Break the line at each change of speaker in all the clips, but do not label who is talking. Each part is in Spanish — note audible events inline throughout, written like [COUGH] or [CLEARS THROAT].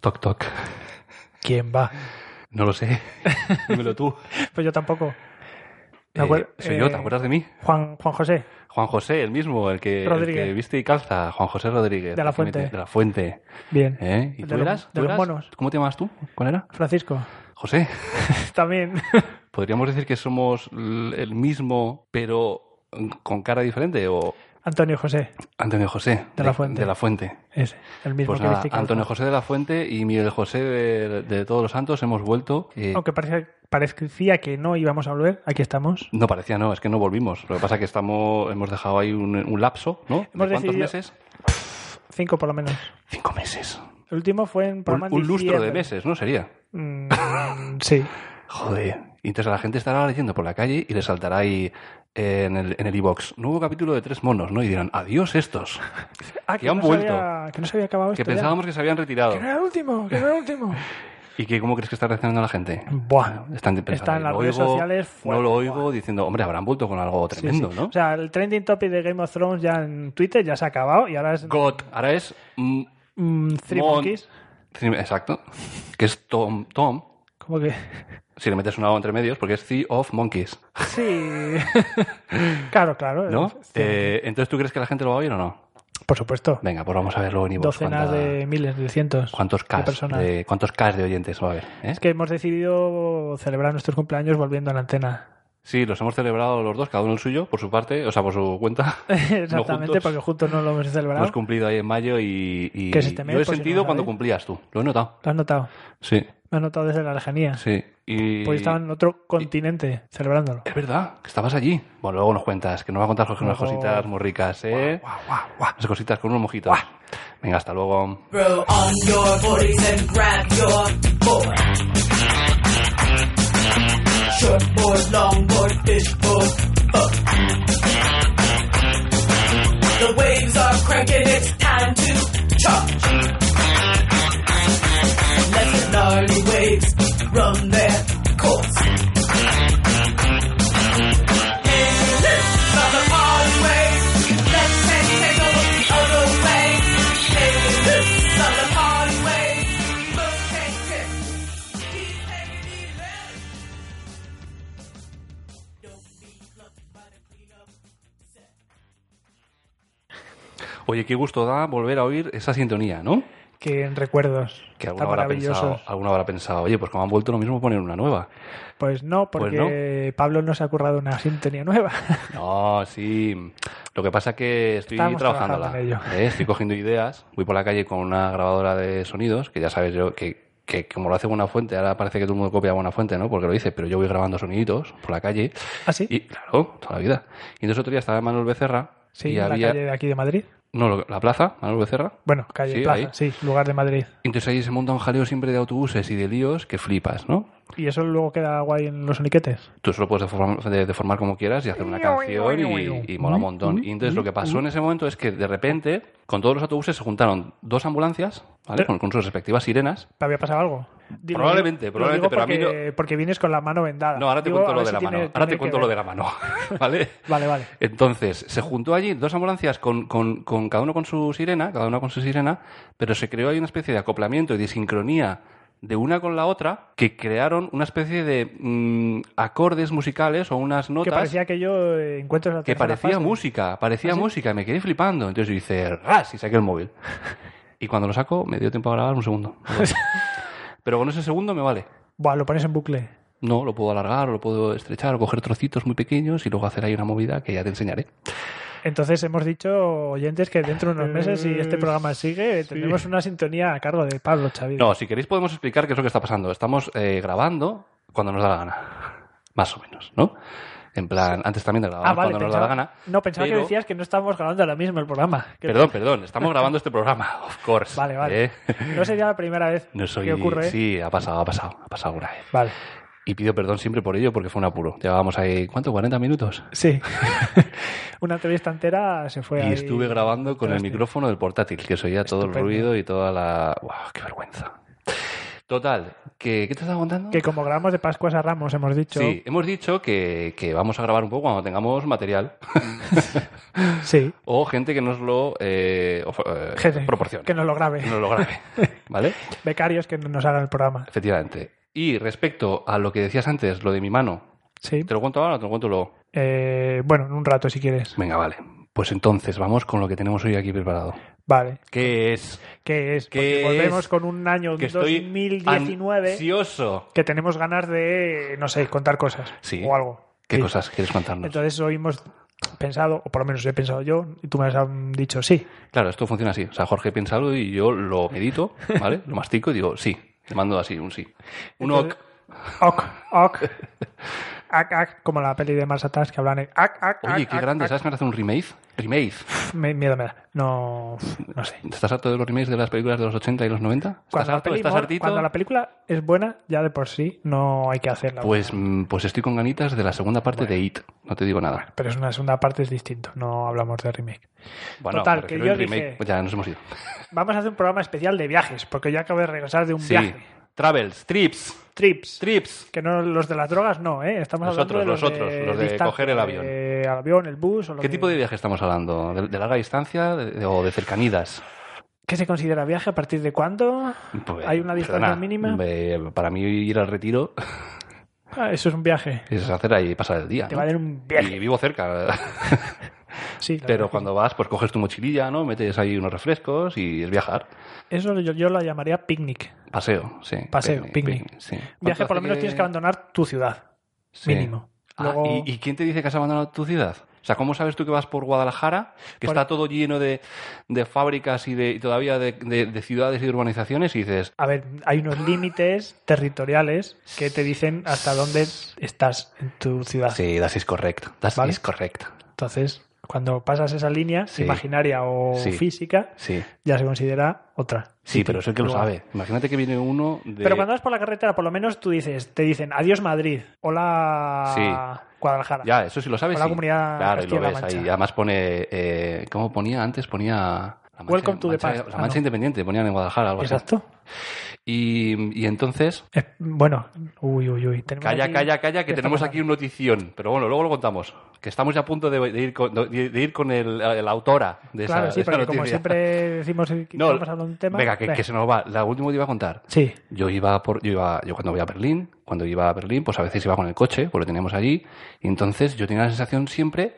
Toc, toc.
¿Quién va?
No lo sé. Dímelo tú.
[LAUGHS] Pues yo tampoco. Me
Eh,
acuer-
soy yo,
eh,
¿te acuerdas de mí?
Juan, Juan José.
Juan José, el mismo, el que, el
Rodríguez.
que viste y calza. Juan José Rodríguez.
De la
el que mete-
Fuente.
De la Fuente.
Bien.
¿Eh? ¿Y
El
tú
de los-
eras?
de
¿Tú
los
eras?
monos.
¿Cómo te llamas tú? ¿Cuál era? [LAUGHS]
Francisco.
José.
También. [LAUGHS]
¿Podríamos decir que somos l- el mismo, pero con cara diferente? ¿O
Antonio José.
Antonio José?
De la Fuente.
De la Fuente.
Ese. El mismo
Pues
que
nada,
viste y calza.
Antonio José de la Fuente y Miguel José de, de Todos los Santos hemos vuelto. eh,
Aunque parecía, parecía que no íbamos a volver, aquí estamos.
No parecía, no, es que no volvimos. Lo que pasa es que estamos, hemos dejado ahí un, un lapso, ¿no? ¿De
Hemos
cuántos
decidido-
meses?
Cinco por lo menos.
Cinco meses.
El último fue en
Un,
programa en
un lustro de
diciembre.
meses, ¿no? Sería.
Mm,
[LAUGHS]
sí.
Joder. Y entonces la gente estará leyendo por la calle y le saltará ahí eh, en el en el iVox. Nuevo capítulo de Tres Monos, ¿no? Y dirán, adiós estos.
Ah,
Que han
no se
vuelto.
había- que no se había acabado
que
esto ya.
pensábamos que se habían retirado.
Que no era el último, que no era
[LAUGHS]
el último.
¿Y que, cómo crees que está reaccionando la gente?
Buah.
Están pensando,
Está en
"Lo
las redes
oigo,
sociales
No
fuerte,
lo oigo diciendo, hombre, habrán vuelto con algo
Sí,
tremendo,
sí.
¿no?
O sea, el trending topic de Game of Thrones ya en Twitter ya se ha acabado y ahora es
God. Ahora es... mm,
mm, Three
Mon-
Monkeys.
Three- Exacto. Que es Tom. Tom.
Como que.
Si le metes una O entre medios, porque es Sea of Monkeys. [LAUGHS]
Sí. claro, claro.
¿No?
Sí.
Eh, Entonces, ¿tú crees que la gente lo va a oír o no?
Por supuesto.
Venga, pues vamos a verlo en iVoox,
Docenas
cuánta-
de miles, de cientos.
¿Cuántos
de
Ks
personas.
de, ¿Cuántos Ks de oyentes va a haber? eh?
Es que hemos decidido celebrar nuestros cumpleaños volviendo a la antena. [LAUGHS]
Sí, los hemos celebrado los dos, cada uno el suyo, por su parte, o sea, por su cuenta.
[LAUGHS] Exactamente,
juntos. Pues
porque juntos no lo hemos celebrado.
Hemos cumplido ahí en mayo y, y
Que es este mes,
yo he
por si no
sentido
lo
cuando
sabéis.
cumplías tú. Lo he notado.
Lo has notado.
Sí,
Me has notado desde la lejanía.
sí. Y...
Porque estaba en otro continente celebrándolo.
Es verdad, que estabas allí. Bueno, luego nos cuentas, que nos va a contar Jorge unas
Luego-
cositas muy ricas, ¿eh? Unas cositas con unos mojitos. Venga, hasta luego.
Throw on your 40s and grab your board. Shortboard, longboard, fishboard, hook. The waves are cranking, it's time to charge. Let the gnarly waves run their course. And lift from the party way. Let's take, take a look the other way. And lift from the party way. Must take tips. Keep taking these risks. Don't be fluffed by the cleanup set.
Oye, qué gusto da volver a oír esa sintonía, ¿no?
Que en recuerdos.
Que alguna
tan
habrá,
maravillosos.
pensado, alguna habrá pensado, oye, pues como han vuelto lo mismo poner una nueva.
Pues no,
Pues
porque Pablo no se ha currado una sintonía nueva. [LAUGHS]
No, sí. Lo que pasa que estoy
Estamos
trabajándola.
trabajando en ello.
¿eh? Estoy cogiendo ideas. Voy por la calle con una grabadora de sonidos, que ya sabes yo que, que como lo hace Buena Fuente, ahora parece que todo el mundo copia Buena Fuente, ¿no? Porque lo dice, pero yo voy grabando soniditos por la calle.
¿Ah, sí?
Y claro, toda la vida. Y entonces otro día estaba Manuel Becerra.
sí,
y
en
había...
la calle de aquí de Madrid.
No, lo- la plaza, Manuel Becerra.
Bueno, calle
Sí,
Plaza,
ahí.
sí, lugar de Madrid.
Y Entonces ahí se monta un jaleo siempre de autobuses y de líos que flipas, ¿no?
Y eso luego queda guay en los uniquetes.
Tú solo puedes deformar, de- deformar como quieras y hacer una canción y, y mola un montón. Y entonces lo que pasó en ese momento es que de repente, con todos los autobuses se juntaron dos ambulancias, ¿vale?
Eh.
Con, con sus respectivas sirenas.
¿Te había pasado algo? Digo,
Probablemente,
lo
probablemente,
digo
pero a mí
porque, porque vienes con la mano vendada.
No, ahora te
Digo, a
cuento lo
ver
de
si
la
tiene-
mano. Ahora
tiene
te
que
cuento lo
ver.
de la mano, [LAUGHS] ¿vale?
Vale, vale.
Entonces, se juntó allí dos ambulancias con, con- con cada uno con su sirena, cada uno con su sirena, pero se creó ahí una especie de acoplamiento y de sincronía de una con la otra que crearon una especie de mm, acordes musicales o unas
Que
notas
parecía que yo eh, encuentro la ¿Ah,
que
tercera
parecía
fase.
música, parecía música, me quedé flipando. Entonces yo hice ras y saqué el móvil. Y cuando lo saco, me dio tiempo a grabar un
[LAUGHS]
segundo. Pero con ese segundo me vale.
Buah, lo pones en bucle.
No, lo puedo alargar o lo puedo estrechar o coger trocitos muy pequeños y luego hacer ahí una movida que ya te enseñaré.
Entonces hemos dicho, oyentes, que dentro de unos meses, si este programa sigue, tendremos una sintonía a cargo de Pablo Xavier.
No, si queréis podemos explicar qué es lo que está pasando. Estamos eh, grabando cuando nos da la gana. Más o menos, ¿no? En plan, antes también grabábamos
ah, vale,
cuando
pensaba,
nos da la gana.
no, pensaba
pero-
que decías que no estábamos grabando ahora mismo el programa. Que-
Perdón, perdón, estamos grabando este programa, of course.
[LAUGHS] Vale, vale.
¿eh? [LAUGHS]
No sería la primera vez
No soy...
que ocurre.
Sí, ha pasado, ha pasado, ha pasado una vez.
Vale.
Y pido perdón siempre por ello porque fue un apuro. Llevábamos ahí, ¿cuánto? ¿40 minutos?
Sí. [LAUGHS] Una entrevista entera se fue
Y
ahí.
estuve grabando con el
Hostia.
micrófono del portátil, que se oía todo el
Estupendo.
ruido y toda la... ¡Guau, qué vergüenza! Total, que, ¿qué te estaba contando?
Que como grabamos de Pascuas a Ramos, hemos dicho.
Sí, hemos dicho que, que vamos a grabar un poco cuando tengamos material
Sí.
o gente que nos lo eh, of- eh,
Gente,
proporcione.
Que nos lo grabe.
Que nos lo
[LAUGHS]
grabe. ¿Vale?
Becarios que nos hagan el programa.
Efectivamente. Y respecto a lo que decías antes, lo de mi mano,
Sí.
¿te lo cuento ahora o te lo cuento luego?
Eh, bueno, en un rato si quieres.
Venga, vale. Pues entonces vamos con lo que tenemos hoy aquí preparado.
Vale.
¿Qué es?
¿Qué es?
¿Qué
Porque volvemos
es?
con un año
Que estoy
2019
ansioso.
que tenemos ganas de, no sé, contar cosas.
Sí.
O algo.
¿Qué
Sí.
cosas quieres contarnos?
Entonces hoy hemos pensado, o por lo menos he pensado yo, y tú me has mm, dicho sí.
Claro, esto funciona así. O sea, Jorge piensa algo y yo lo medito,
[LAUGHS]
¿vale? Lo mastico y digo sí. Le mando así un sí. Un ok.
Entonces- Ok, ok. Ac, ac, como la peli de Mars Attacks que hablan en ac, ac,
Oye,
ac,
qué
ac,
grande.
ac.
¿Sabes que van a hacer un remake? Remake.
Me- miedo me da. No, no sé.
¿Estás harto de los remakes de las películas de los 80 y los 90? ¿Estás
Cuando la,
harto?
peli
¿Estás
mol-
hartito?
cuando la película es buena, ya de por sí, no hay que hacerla.
Pues, mm, pues estoy con ganitas de la segunda parte de It. No te digo nada.
Pero es una segunda parte, es distinto. No hablamos de remake.
Bueno,
Total,
me
que
refiero
yo
en remake.
dije-
Pues ya nos hemos ido.
Vamos a hacer un programa especial de viajes, porque yo acabo de regresar de un
Sí.
viaje.
Travels, trips,
Trips.
trips.
Que no los de las drogas, no, ¿eh? Estamos
Los
hablando
otros,
de
los
los,
otros,
de
los de
distancia,
coger el avión.
de al avión, el bus o lo
¿Qué
que-
tipo de viaje estamos hablando? ¿De, de larga distancia de- de- o de cercanías?
¿Qué se considera viaje? ¿A partir de cuándo?
Pues,
¿Hay una distancia
perdona,
mínima?
eh, para mí ir al retiro [LAUGHS]
Ah, eso es un viaje.
es hacer ahí pasar el día.
Te
¿no?
va a dar un
Y
viaje.
vivo cerca. [LAUGHS]
Sí, la
Pero
verdad.
cuando vas, pues coges tu mochililla, ¿no? Metes ahí unos refrescos y es viajar.
Eso yo, yo lo llamaría picnic.
Paseo, sí.
Paseo, picnic.
sí.
Viaje, por lo
Entonces,
menos tienes que abandonar tu ciudad,
Sí.
mínimo.
Ah,
Luego,
¿y, y quién te dice que has abandonado tu ciudad? O sea, ¿cómo sabes tú que vas por Guadalajara, que
Por-
está todo lleno de, de fábricas y, de, y todavía de, de- de ciudades y de urbanizaciones y dices,
a ver, hay unos límites territoriales que te dicen hasta dónde estás en tu ciudad.
sí, das is correct, das
Vale.
is correct.
Entonces, cuando pasas esa línea,
Sí.
imaginaria o
Sí.
física,
Sí,
ya se considera otra.
sí, pero es el que lo sabe. Imagínate que viene uno de...
Pero cuando vas por la carretera, por lo menos tú dices, te dicen adiós Madrid, hola
Sí.
Guadalajara.
Ya, eso sí lo sabes.
Con la
sí.
comunidad
Claro, y lo
Castilla-La
ves
Mancha.
ahí. Además pone. Eh, ¿Cómo ponía antes? Ponía. la Mancha-
Welcome to the
Mancha-
past.
La
Ah,
mancha
no.
independiente, ponían en Guadalajara algo así.
Exacto.
Y, y entonces.
Eh, bueno, uy, uy, uy. tenemos
Calla,
aquí-
calla, calla, que
¿Qué está
tenemos
pasando?
aquí un notición. Pero bueno, luego lo contamos. Que estamos ya a punto de, de ir, con, de, de ir con el, el autora de esa,
Claro, sí,
de esa
porque
noticia.
como siempre decimos que
No,
estamos hablando de un tema.
venga, que, que se nos va. La última que iba a contar.
Sí,
Yo iba por, yo iba, yo cuando voy a Berlín, cuando iba a Berlín, pues a veces iba con el coche, pues lo teníamos allí. Y entonces yo tenía la sensación siempre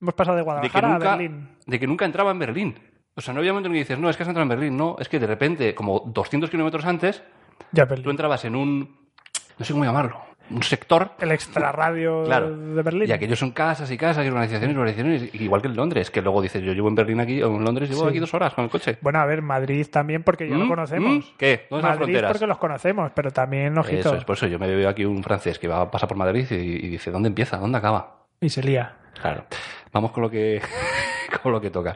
hemos pasado de
de que,
Guadalajara
nunca,
a Berlín.
de que nunca entraba en Berlín. O sea, no había momento en que dices, no, es que has entrado en Berlín. No, es que de repente, como 200 kilómetros antes,
Ya,
tú
Berlín.
entrabas en un, no sé cómo llamarlo, un sector.
El
[LAUGHS]
extrarradio
Claro.
de Berlín.
Y aquellos son casas y casas y organizaciones y organizaciones, igual que en Londres, que luego dices, yo llevo en Berlín aquí, o en Londres llevo
Sí.
aquí dos horas con el coche.
Bueno, a ver, Madrid también, porque ya
¿Mm?
lo conocemos.
¿Mm? ¿Qué? ¿Dónde están las
Madrid
fronteras?
porque los conocemos, pero también, ojito,
Eso es, por eso yo me veo aquí un francés que va a pasar por Madrid y, y dice, ¿dónde empieza? ¿Dónde acaba?
y se lía
Claro. Vamos con lo que, [LAUGHS] con lo que toca.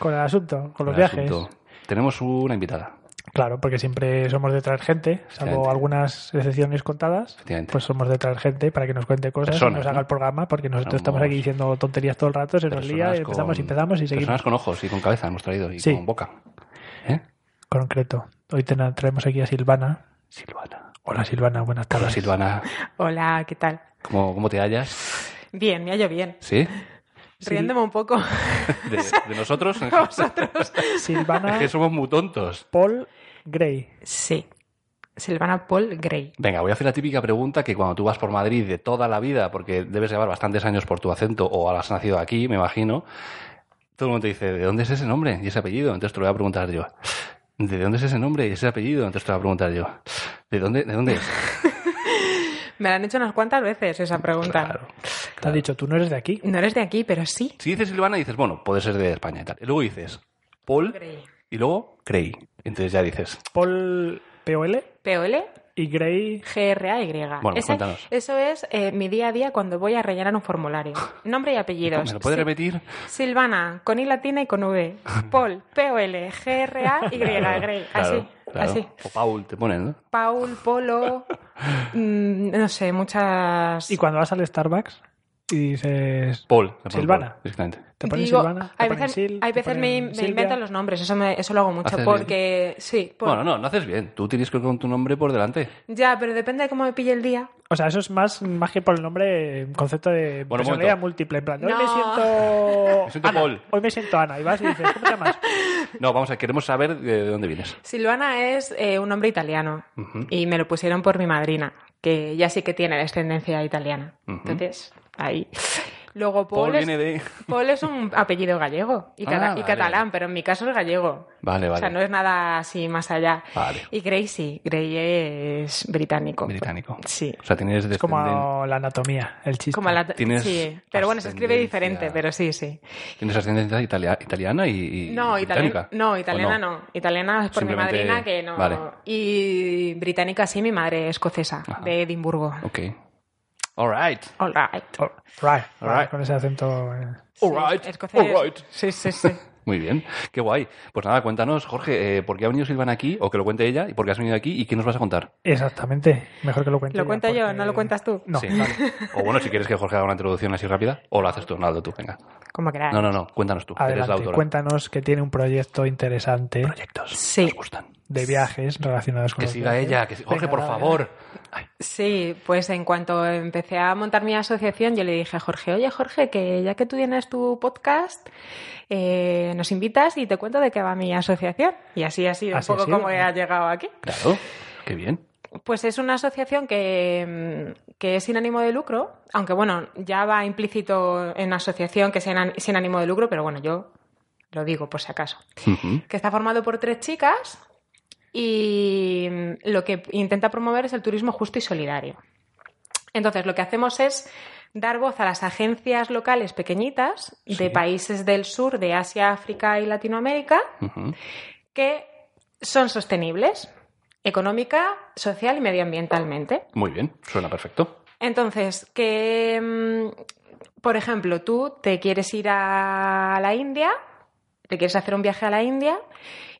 con el asunto, con los
El
viajes.
asunto. Tenemos una invitada.
Claro, porque siempre somos de traer gente, salvo
Efectivamente.
algunas excepciones contadas.
Efectivamente.
Pues somos de traer gente para que nos cuente cosas, y
Personas,
nos haga
¿no?
el programa, porque nosotros estamos
Somos
aquí diciendo tonterías todo el rato, se nos lía,
Personas
y empezamos y
con-
empezamos y seguimos.
Personas con ojos y con cabeza hemos traído y
Sí.
con boca. ¿Eh?
Concreto. Hoy te na- traemos aquí a Silvana.
Silvana.
Hola Silvana, buenas
Hola
tardes.
Silvana,
Hola, ¿qué tal?
¿cómo, cómo te hallas?
Bien, me hallo bien.
¿Sí?
Riéndome un poco.
¿De, de
[LAUGHS]
nosotros?
Vosotros.
[LAUGHS] Es
Silvana
que somos muy tontos.
Paul Gray.
Sí. Silvana Paul Grey.
Venga, voy a hacer la típica pregunta que cuando tú vas por Madrid de toda la vida, porque debes llevar bastantes años por tu acento o has nacido aquí, me imagino, todo el mundo te dice, ¿de dónde es ese nombre y ese apellido? Entonces te lo voy a preguntar yo. ¿De dónde es ese nombre y ese apellido? Entonces te lo voy a preguntar yo. ¿De dónde, de dónde es?
Me la han hecho unas cuantas veces esa pregunta.
Claro.
Te ha dicho, tú no eres de aquí.
No eres de aquí, pero sí.
Si dices Silvana, dices, bueno, puede ser de España y tal. Y luego dices, Paul,
Grey.
y luego Crey. Entonces ya dices,
Paul POL
POL
y Gray.
GRAY.
Bueno,
Ese-
cuéntanos.
Eso es eh, mi día a día cuando voy a rellenar un
[LAUGHS]
formulario. Nombre y apellidos.
¿me lo puedes
Sí.
repetir?
Silvana, con I latina y con
[LAUGHS]
V. Paul, POL, GRAY. Grey.
Claro,
Así,
claro.
así.
O Paul te ponen, ¿no? [LAUGHS]
Paul, Polo, mm, no sé, muchas...
Y cuando vas al Starbucks, y dices.
Paul. se pone
Silvana.
Paul, directamente.
Te pones
Digo,
Silvana, te
hay
ponen
veces,
Sil,
hay
te
veces me,
ponen
me
Silvia.
inventan los nombres, eso, me- eso lo hago mucho,
Haces bien.
porque sí, por-
Bueno, no, no haces bien. Tú tienes que ir con tu nombre por delante.
ya, pero depende de cómo me pille el día.
O sea, eso es más, más que por el nombre, un concepto
Bueno,
de
un
personalidad
momento.
múltiple. En plan, hoy
No.
me
[LAUGHS]
siento.
Me siento
Ana,
Paul.
Hoy me siento Ana. Y vas y dices, ¿cómo te llamas?
No, vamos a queremos saber de dónde vienes.
Silvana es eh, un nombre italiano
Ujú.
y me lo pusieron por mi madrina, que ya sí que tiene descendencia italiana.
Ujú.
Entonces, ahí. Luego Paul,
Paul
es,
viene de...
Paul es un apellido gallego y,
Ah,
cata- y
vale.
catalán, pero en mi caso es gallego.
Vale,
O sea,
vale.
no es nada así más allá.
Vale.
Y Grey sí, Grey es británico.
Británico.
Sí.
O sea, tienes
Es
descenden-
como la anatomía, el chiste.
Como la-
Tienes
sí, pero bueno, se escribe
ascendencia.
diferente, pero sí, sí.
Tienes ascendencia italia- italiana y, y
No, italiana,
británica,
no,
¿o
italiana no? Italiana es por mi
Simplemente-
madrina que no.
vale.
Y británica sí, mi madre es escocesa,
Ajá.
de Edimburgo.
Ok. All right.
All right.
Oh, right,
All
right,
right.
Con ese acento. eh.
All
Sí,
right,
escocés.
all right.
Sí,
[LAUGHS]
sí, sí.
Muy bien. Qué guay. Pues nada, cuéntanos, Jorge, eh, ¿por qué ha venido Silvana aquí? O que lo cuente ella. ¿Y por qué has venido aquí? ¿Y qué nos vas a contar?
Exactamente. Mejor que lo cuente.
Lo
ella,
cuento yo,
porque-
no lo cuentas tú.
No.
Sí, vale. O bueno, si quieres que Jorge haga una introducción así rápida, o lo haces tú, no, hazlo tú, venga.
Como queráis.
No, no, no, cuéntanos tú, eres la
[LAUGHS] Adelante,
autora.
cuéntanos que tiene un proyecto interesante
Proyectos
Sí.
nos gustan.
de viajes relacionados con
Que
los
siga
viajes.
ella, que si- Jorge,
Pues Venga,
por
dale,
favor.
Sí, pues en cuanto empecé a montar mi asociación, yo le dije a Jorge, oye Jorge, que ya que tú tienes tu podcast, eh, nos invitas y te cuento de qué va mi asociación. Y así ha sido
Así ha
un poco
sido,
como
¿no?
ha llegado aquí.
Claro, qué bien.
Pues es una asociación que, mm, que es sin ánimo de lucro, aunque bueno, ya va implícito en asociación que sea en- sin ánimo de lucro, pero bueno, yo lo digo por si acaso.
Ujú.
Que está formado por tres chicas y mm, lo que intenta promover es el turismo justo y solidario. Entonces, lo que hacemos es dar voz a las agencias locales pequeñitas de
Sí.
países del sur, de Asia, África y Latinoamérica,
Ujú.
que son sostenibles económica, social y medioambientalmente.
Muy bien, suena perfecto.
Entonces, que, mm, por ejemplo, tú te quieres ir a la India, te quieres hacer un viaje a la India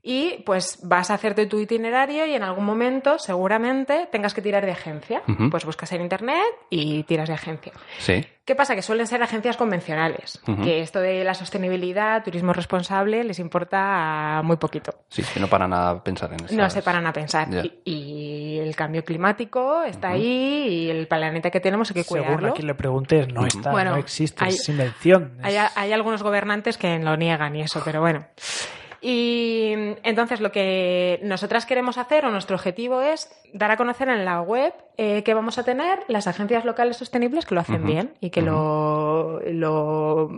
y pues vas a hacerte tu itinerario y en algún momento seguramente tengas que tirar de agencia.
Ujú.
Pues buscas en Internet y tiras de agencia.
Sí.
¿Qué pasa? Que suelen ser agencias convencionales,
Ujú.
que esto de la sostenibilidad, turismo responsable, les importa muy poquito.
Sí, que no para nada pensar en eso.
No se paran a pensar.
Ya.
Y, y el cambio climático está ahí y el planeta que tenemos hay que
Según
cuidarlo.
a quien le preguntes, no
Ujú.
está,
Bueno,
no existe,
hay-
es invención.
Hay,
es-
hay algunos gobernantes que lo niegan y eso, pero bueno. Y entonces lo que nosotras queremos hacer o nuestro objetivo es dar a conocer en la web eh, que vamos a tener las agencias locales sostenibles que lo hacen
Ujú.
bien y que lo, lo-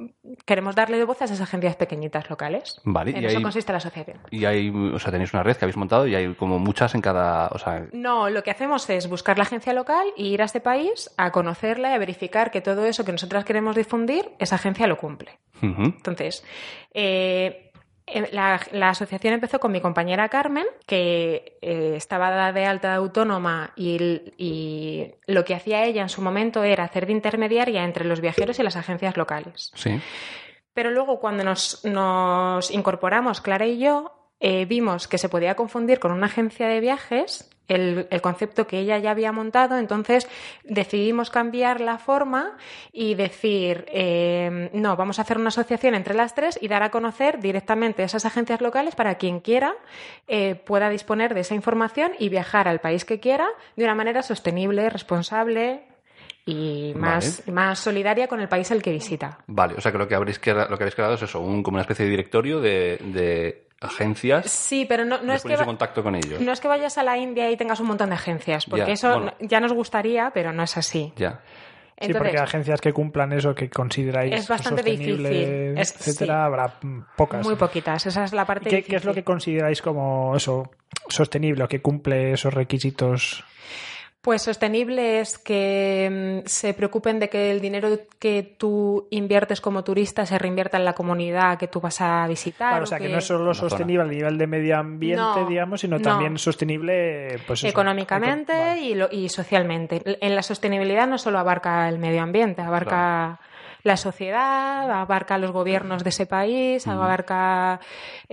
queremos darle voz a esas agencias pequeñitas locales.
Vale,
en
y
eso
ahí-
consiste la asociación.
Y hay, o sea, tenéis una red que habéis montado y hay como muchas en cada, o sea,
No, lo que hacemos es buscar la agencia local y ir a este país a conocerla y a verificar que todo eso que nosotras queremos difundir, esa agencia lo cumple.
ujú.
Entonces, eh, eh, la, la asociación empezó con mi compañera Carmen, que eh, estaba dada de alta autónoma y, l- y lo que hacía ella en su momento era hacer de intermediaria entre los viajeros y las agencias locales.
sí,
Pero luego cuando nos, nos incorporamos, Clara y yo, eh, vimos que se podía confundir con una agencia de viajes el, el concepto que ella ya había montado, entonces decidimos cambiar la forma y decir, eh, no, vamos a hacer una asociación entre las tres y dar a conocer directamente esas agencias locales para quien quiera eh, pueda disponer de esa información y viajar al país que quiera de una manera sostenible, responsable y más, y más solidaria con el país al que visita.
vale, o sea, que lo que habréis crea- lo que habéis creado es eso, un, como una especie de directorio de, de agencias.
Sí, pero no, no
les
es que
ponéis en
va-
contacto con ellos.
no es que vayas a la India y tengas un montón de agencias, porque
Ya,
eso
bueno.
no- ya nos gustaría, pero no es así.
Ya.
Sí, porque
Entonces,
agencias que cumplan eso que consideráis
Es bastante
sostenible,
difícil. Es-
etcétera,
sí.
habrá mm, pocas.
muy poquitas. Esa es la
¿Y
parte.
¿Qué, qué es lo que
difícil.
consideráis como eso sostenible o que cumple esos requisitos?
Pues sostenible es que mm, se preocupen de que el dinero que tú inviertes como turista se reinvierta en la comunidad que tú vas a visitar.
Claro, o sea, que no es solo
Una zona.
sostenible a nivel de medio ambiente,
No,
digamos, sino
no.
también sostenible pues eso,
económicamente
eco- vale.
y, lo- y socialmente. En la sostenibilidad no solo abarca el medio ambiente, abarca la sociedad, abarca los gobiernos de ese país, abarca,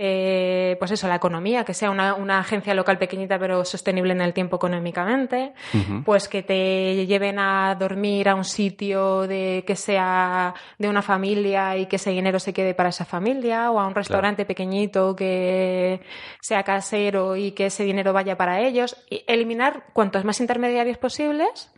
eh, pues eso, la economía, que sea una, una agencia local pequeñita pero sostenible en el tiempo económicamente,
Ujú.
pues que te lleven a dormir a un sitio de que sea de una familia y que ese dinero se quede para esa familia, o a un restaurante pequeñito que sea casero y que ese dinero vaya para ellos. Y eliminar cuantos más intermediarios posibles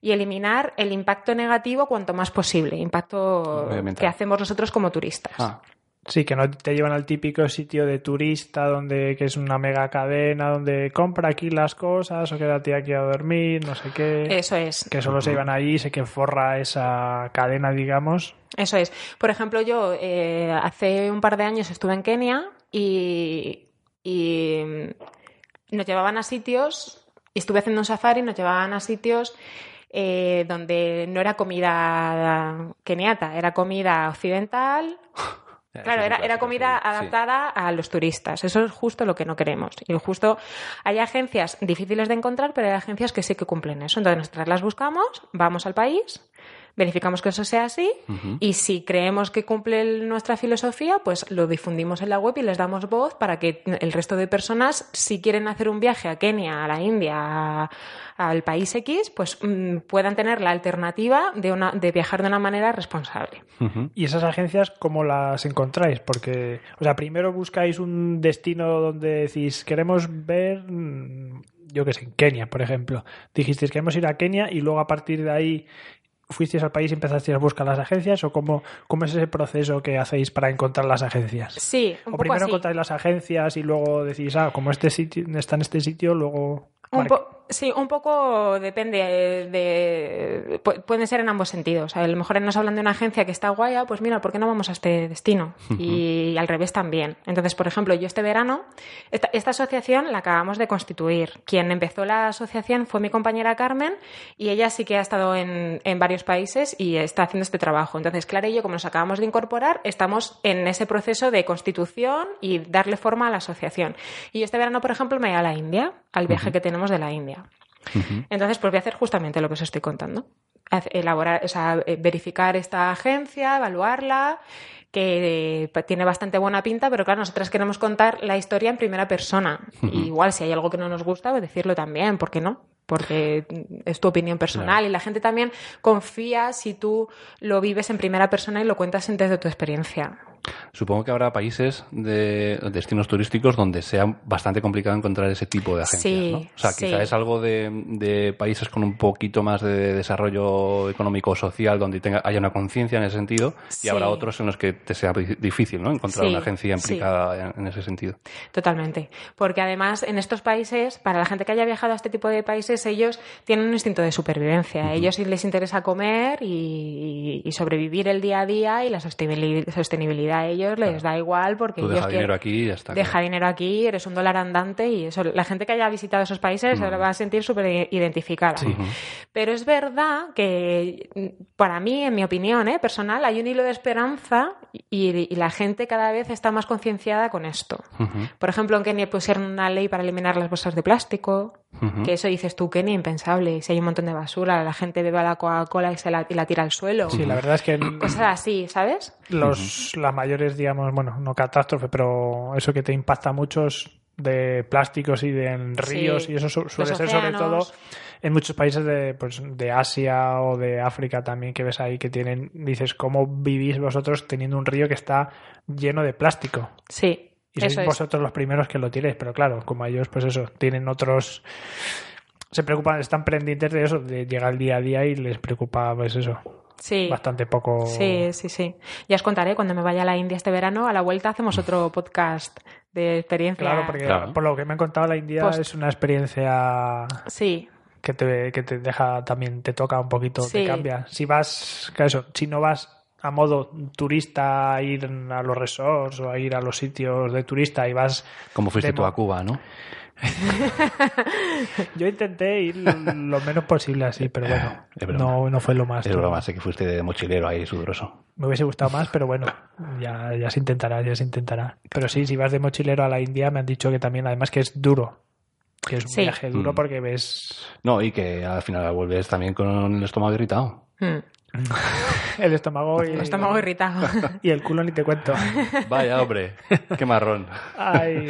y eliminar el impacto negativo cuanto más posible, impacto
Medioambiental.
que hacemos nosotros como turistas.
Ah,
Sí, que no te llevan al típico sitio de turista donde que es una mega cadena donde compra aquí las cosas o quédate aquí a dormir, no sé qué.
Eso es.
Que solo se iban allí y se que forra esa cadena, digamos.
Eso es. Por ejemplo, yo eh, hace un par de años estuve en Kenia y, y, mm, nos llevaban a sitios, y estuve haciendo un safari, nos llevaban a sitios eh, donde no era comida keniata, era comida occidental. Claro, era, era comida adaptada a los turistas. Eso es justo lo que no queremos. Y justo hay agencias difíciles de encontrar, pero hay agencias que sí que cumplen eso. Entonces nosotras las buscamos, vamos al país, verificamos que eso sea así
Ujú.
y si creemos que cumple el- nuestra filosofía, pues lo difundimos en la web y les damos voz para que el resto de personas, si quieren hacer un viaje a Kenia, a la India, a- al país X, pues mm, puedan tener la alternativa de, una, de viajar de una manera responsable.
Ujú.
¿Y esas agencias cómo las encontráis? Porque, o sea, primero buscáis un destino donde decís, queremos ver, mm, yo qué sé, en Kenia, por ejemplo. Dijisteis, queremos ir a Kenia y luego a partir de ahí fuisteis al país y empezasteis a buscar las agencias o cómo, cómo es ese proceso que hacéis para encontrar las agencias?
Sí, un
O
poco
primero
así.
encontráis las agencias y luego decís, ah, como este sitio está en este sitio, luego...
Un
marca-
po- sí, un poco depende eh, de... pu- Pueden ser en ambos sentidos. A lo mejor nos hablan de una agencia que está guay, ah, pues mira, ¿por qué no vamos a
[LAUGHS]
este destino? Y al revés también. Entonces, por ejemplo, yo este verano, esta, esta asociación la acabamos de constituir. Quien empezó la asociación fue mi compañera Carmen y ella sí que ha estado en, en varios países y está haciendo este trabajo. Entonces, Clara y yo, como nos acabamos de incorporar, estamos en ese proceso de constitución y darle forma a la asociación. Y yo este verano, por ejemplo, me voy a la India, al viaje que tenemos de la India. Entonces, pues voy a hacer justamente lo que os estoy contando. Haz- Elaborar, o sea, eh, verificar esta agencia, evaluarla, que eh, pa- tiene bastante buena pinta, pero claro, nosotras queremos contar la historia en primera persona. Y Igual, si hay algo que no nos gusta, pues decirlo también, ¿por qué no? Porque mm, es tu opinión personal y la gente también confía si tú lo vives en primera persona y lo cuentas desde tu experiencia.
Supongo que habrá países de destinos turísticos donde sea bastante complicado encontrar ese tipo de agencias.
Sí,
¿no? O sea,
sí.
quizá es algo de, de países con un poquito más de desarrollo económico o social donde tenga, haya una conciencia en ese sentido
Sí.
y habrá otros en los que te sea di- difícil ¿no? encontrar
Sí,
una agencia implicada en, en ese sentido.
Totalmente. Porque además en estos países, para la gente que haya viajado a este tipo de países, ellos tienen un instinto de supervivencia. A ellos sí les interesa comer y, y sobrevivir el día a día y la sostenibil- sostenibilidad a ellos les da igual porque
Tú
ellos
deja dinero
quieren-
aquí y ya está.
Deja dinero aquí, eres un dólar andante y eso. La gente que haya visitado esos países se va a sentir súper identificada. Pero es verdad que mm, para mí, en mi opinión ¿eh? personal, hay un hilo de esperanza y, y la gente cada vez está más concienciada con esto.
Ujú,
Por ejemplo, en Kenia pusieron una ley para eliminar las bolsas de plástico.
ujú.
Que eso dices tú, Kenia, impensable. Si hay un montón de basura, la gente bebe la Coca-Cola y, se la, y la tira al suelo.
Sí, la verdad es
[CLEARS THROAT]
que
Cosas así, ¿sabes?
los, las mayores, digamos, bueno, no catástrofe, pero eso que te impacta mucho es de plásticos y de en
Sí.
ríos y eso su- suele
Los
ser sobre todo
océanos.
en muchos países de, pues, de Asia o de África también que ves ahí que tienen, dices, ¿cómo vivís vosotros teniendo un río que está lleno de plástico?
Sí,
Y sois
eso es.
vosotros los primeros que lo tiréis, pero claro, como ellos, pues eso, tienen otros... Se preocupan, están pendientes de eso, de llegar el día a día y les preocupa, pues eso,
Sí.
bastante poco...
Sí, sí, sí. Ya os contaré cuando me vaya a la India este verano. A la vuelta hacemos otro podcast de experiencia.
Claro, porque
Claro.
por lo que me han contado la India
Pues-
es una experiencia
Sí,
que te, que te deja también, te toca un poquito, te
Sí.
cambia. Si vas, claro, eso, si no vas a modo turista a ir a los resorts o a ir a los sitios de turista y
[LAUGHS]
vas...
Como fuiste
Demo.
tú a Cuba, ¿no?
Yo intenté ir lo menos posible así, pero bueno,
[LAUGHS] Es broma.
no, no fue lo más.
Es broma, sé que fuiste de mochilero ahí sudoroso.
Me hubiese gustado más, pero bueno, ya, ya se intentará, ya se intentará. Pero sí, si vas de mochilero a la India, me han dicho que también, además que es duro, que es un
Sí.
viaje duro
Mm.
porque ves
[LAUGHS]
No, y que al final vuelves también con el estómago irritado.
Mm,
El estómago y
El estómago irritado.
y el culo ni te cuento.
[LAUGHS] Vaya, hombre, qué marrón.
Ay,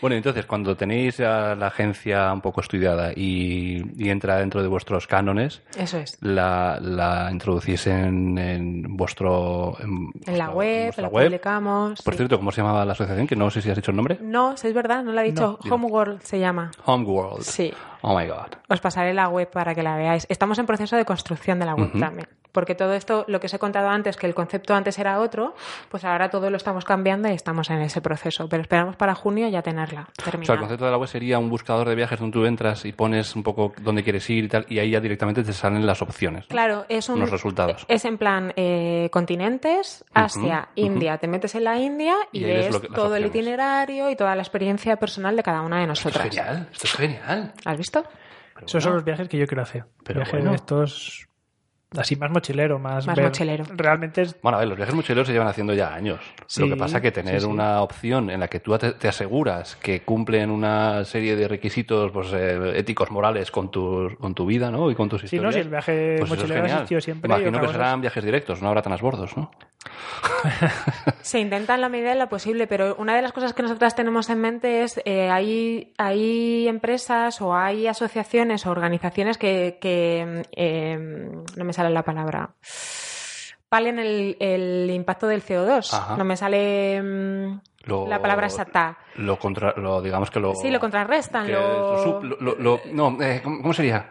Bueno, entonces, cuando tenéis a la agencia un poco estudiada y, y entra dentro de vuestros cánones,
Eso es.
la, la introducís en, en vuestro... En,
En la
vuestra-
web,
vuestra
la
web.
publicamos.
Por
sí.
cierto, ¿cómo se llamaba la asociación? Que no sé si has dicho el nombre.
No, sí, es verdad, no lo ha dicho.
No.
Homeworld se llama.
Homeworld.
Sí.
Oh, my God.
Os pasaré la web para que la veáis. Estamos en proceso de construcción de la web
Ujú.
también. Porque todo esto, lo que os he contado antes, que el concepto antes era otro, pues ahora todo lo estamos cambiando y estamos en ese proceso. Pero esperamos para junio ya tenerla
O sea, el
terminada.
concepto de la web sería un buscador de viajes donde tú entras y pones un poco dónde quieres ir y tal, y ahí ya directamente te salen las opciones. ¿no?
Claro, e- es un.
Unos resultados.
Es en plan eh, continentes, Asia, India. Te metes en la India y,
Y ahí ves
ves
lo que- las
todo el
opciones.
iterario y toda la experiencia personal de cada una
Esto
de
es
nosotras.
genial, esto es genial.
¿Has visto?
esos son los viajes que yo quiero hacer.
Pero
viajes
bueno.
de estos así más mochilero, más,
Más mochilero.
Realmente es
Bueno, a ver, los viajes mochileros se llevan haciendo ya años.
Sí,
Lo que pasa que tener
sí, sí.
una opción en la que tú te, te aseguras que cumplen una serie de requisitos pues, eh, éticos, morales con tu, con tu vida ¿no? y con tus
Sí, no,
historias.
si el viaje
pues eso es
mochilero ha
genial.
existido siempre, y
Imagino
otra
que
cosa
serán viajes directos, no habrá transbordos, ¿no?
Se intenta en la medida de lo posible, pero una de las cosas que nosotras tenemos en mente es eh, hay, hay empresas o hay asociaciones o organizaciones que, que, eh, no me sale la palabra palen el, el impacto del CO2.
Ajá.
No me sale mm,
Lo-
la palabra exacta.
Lo contra, lo, digamos que lo...
Sí, lo contrarrestan.
que
lo-
lo sub- lo- lo- lo- no, eh, ¿cómo cómo sería?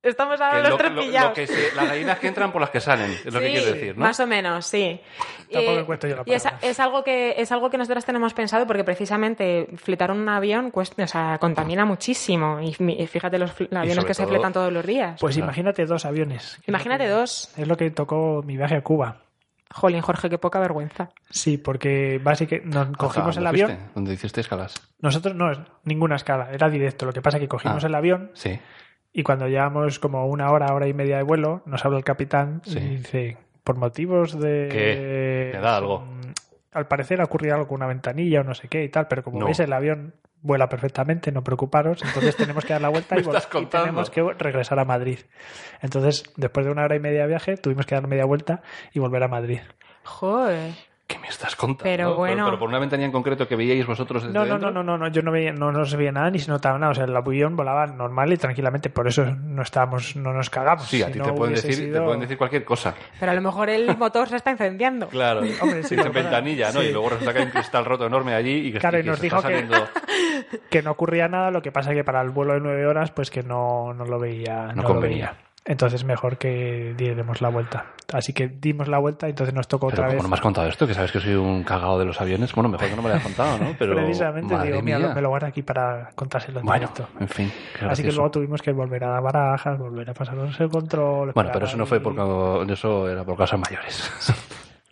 Estamos
Ah,
ahora
Que
los
lo-
tres
lo- lo
pillados.
que se- las gallinas que entran por las que salen, es lo que
Sí,
quiero decir, ¿no?
Más o menos, sí.
[LAUGHS]
Eh,
Tampoco encuentro yo la
y es,
palabra.
es algo que es algo que nosotras tenemos pensado porque precisamente fletar un avión cuesta- o sea, contamina muchísimo y mi- y fíjate los fl- aviones
sobre
que se
todo-
fletan todos los días.
Pues
Claro.
imagínate dos aviones.
Imagínate dos.
Es lo que tocó mi viaje a Cuba.
Jolín, Jorge, qué poca vergüenza.
Sí, porque básicamente nos cogimos
Ajá,
el
Ah, ¿dónde
avión.
fuiste? ¿Dónde hiciste escalas?
Nosotros no, es ninguna escala, era directo. Lo que pasa es que cogimos
Ah.
el avión
Sí.
y cuando llevamos como una hora, hora y media de vuelo, nos habla el capitán
Sí.
y dice, por motivos de...
¿Qué? ¿Te da algo?
Mm, Al parecer ha ocurrido algo con una ventanilla o no sé qué y tal, pero como
No.
veis el avión vuela perfectamente, no preocuparos, entonces tenemos que dar la vuelta
[LAUGHS]
y,
Me estás
vol- y
contando.
tenemos que regresar a Madrid. Entonces, después de una hora y media de viaje, tuvimos que dar media vuelta y volver a Madrid.
Joder.
¿Qué me estás contando?
Pero bueno.
Pero, por una ventanilla en concreto que veíais vosotros desde
No, no,
dentro.
no, no, no, no, yo no veía, no, no se veía nada ni se notaba nada. O sea, el avión volaba normal y tranquilamente, por eso no estábamos, no nos cagamos.
Sí, a
Si
ti
no
te, pueden
hubiese
decir, te
sido-
pueden decir cualquier cosa.
Pero a lo mejor el motor se está
[LAUGHS]
incendiando.
Claro.
Hombre, sí,
Dicen
pero-
ventanilla, ¿no?
sí.
Y luego resulta que hay un cristal roto enorme allí y que,
Claro, y
que
nos
se
dijo
está
que- [LAUGHS]
saliendo...
que no ocurría nada, lo que pasa que para el vuelo de nueve horas, pues que no, no lo veía.
No
lo
convenía.
veía. Entonces mejor que diéramos la vuelta. Así que dimos la vuelta, entonces nos tocó
Pero
otra
como
vez.
no me has contado esto, que sabes que soy un cagado de los aviones, bueno, mejor que no me lo hayas contado, ¿no? Pero,
Precisamente
madre
digo, mira,
mía.
lo- me lo guardo aquí para contárselo en
Bueno,
directo.
en fin. qué
Así que
gracioso.
luego tuvimos que volver a dar barajas, volver a pasarnos
[LAUGHS]
el control.
Bueno,
esperar
pero eso no fue
ahí.
por cau- eso era por causas mayores.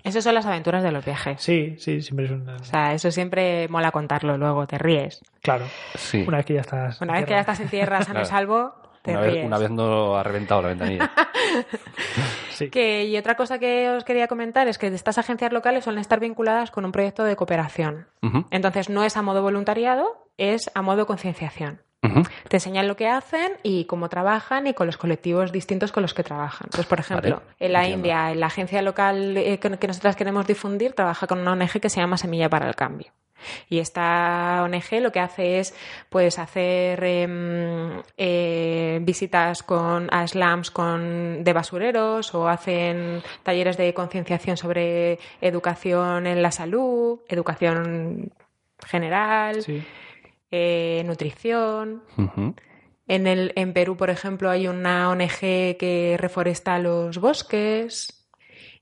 Esas son las aventuras de los viajes.
Sí, sí, siempre es una...
O sea, eso siempre mola contarlo luego, te ríes.
Claro,
[LAUGHS] Sí.
una vez que ya estás...
Una vez que ya estás en
[LAUGHS]
tierra, sano y
Claro.
salvo, te
Una
ríes.
vez, una vez no ha reventado la [LAUGHS] ventanilla.
Sí.
Que, y otra cosa que os quería comentar es que estas agencias locales suelen estar vinculadas con un proyecto de cooperación.
Ujú,
Entonces no es a modo voluntariado, es a modo concienciación.
ujú.
Te enseñan lo que hacen y cómo trabajan y con los colectivos distintos con los que trabajan. Pues, por ejemplo,
Vale,
en la
entiendo.
India, en la agencia local eh, que, que nosotras queremos difundir, trabaja con una ONG que se llama Semilla para el Cambio. Y esta ONG lo que hace es pues hacer em, eh, visitas con, a slums con, de basureros o hacen talleres de concienciación sobre educación en la salud, educación general,
Sí.
eh, nutrición.
Ujú.
En, el, en Perú, por ejemplo, hay una ONG que reforesta los bosques.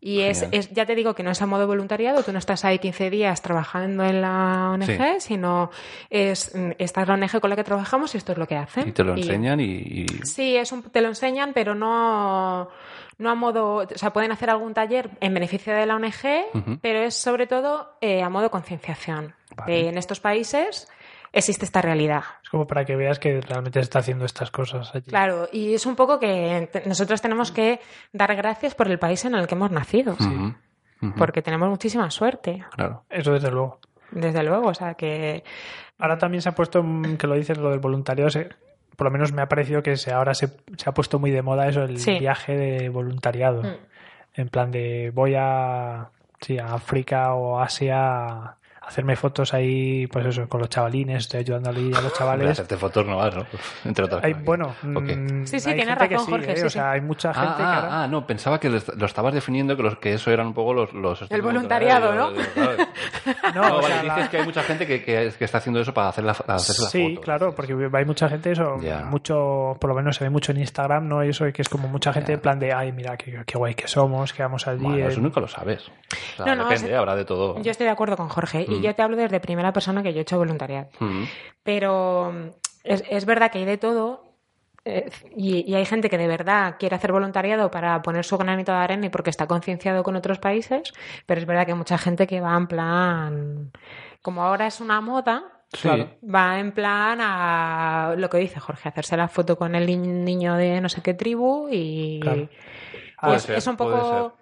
Y es,
Genial.
es- ya te digo que no es a modo voluntariado, tú no estás ahí 15 días trabajando en la ONG, sino es, mm, esta es la ONG con la que trabajamos y esto es lo que hacen.
¿Eh? Y te lo enseñan y, y-
Sí, es un- te lo enseñan, pero no, no a modo. O sea, pueden hacer algún taller en beneficio de la ONG,
Ujú.
pero es sobre todo eh, a modo concienciación.
Vale.
De, en estos países existe esta realidad.
Es como para que veas que realmente se está haciendo estas cosas allí.
Claro, y es un poco que te- nosotros tenemos que dar gracias por el país en el que hemos nacido,
Ujú, ujú.
porque tenemos muchísima suerte,
Claro.
Eso desde luego.
desde luego. O sea, que
Ahora también se ha puesto, mm, que lo dices, lo del voluntariado, se- por lo menos me ha parecido que se, ahora se, se ha puesto muy de moda eso, el
Sí.
viaje de voluntariado.
Mm.
En plan de voy a, sí, a África o Asia a hacerme fotos ahí, pues eso, con los chavalines, estoy ayudando
[LAUGHS]
ahí a los
Hombre,
chavales.
hacerte fotos no vas, ¿no? [LAUGHS] Entre otras
Hay,
cosas.
bueno,
Ok.
mm,
Sí, sí,
hay
tienes
gente que
razón, Jorge,
¿eh?
sí,
O
sí.
sea, hay mucha gente
Ah,
que
ah,
ahora-
ah, no, pensaba que lo, est- lo estabas definiendo que, los, que eso eran un poco los... los
El voluntariado, ¿no?
Yo- yo- yo- [LAUGHS]
No,
No,
o
vale,
sea, la-
dices que hay mucha gente que, que, que está haciendo eso para hacer la, para hacerse la
Sí,
foto.
claro, porque hay mucha gente, eso,
Ya.
mucho, por lo menos se ve mucho en Instagram, ¿no? Y eso, que es como mucha gente
Ya.
en plan de, ay, mira, qué, qué guay que somos, que vamos allí.
Bueno,
eh".
eso nunca lo sabes. O sea,
No, no,
depende,
es-
habrá de todo.
Yo estoy de acuerdo con Jorge y
Mm.
yo te hablo desde primera persona que yo he hecho voluntariado.
Mm.
Pero mm, es, es verdad que hay de todo. eh, Y, y hay gente que de verdad quiere hacer voluntariado para poner su granito de arena y porque está concienciado con otros países, pero es verdad que hay mucha gente que va en plan, como ahora es una moda,
Sí.
va en plan a lo que dice Jorge, hacerse la foto con el ni- niño de no sé qué tribu y,
Claro.
y
Puede
es,
ser,
es un
Ah, puede
poco...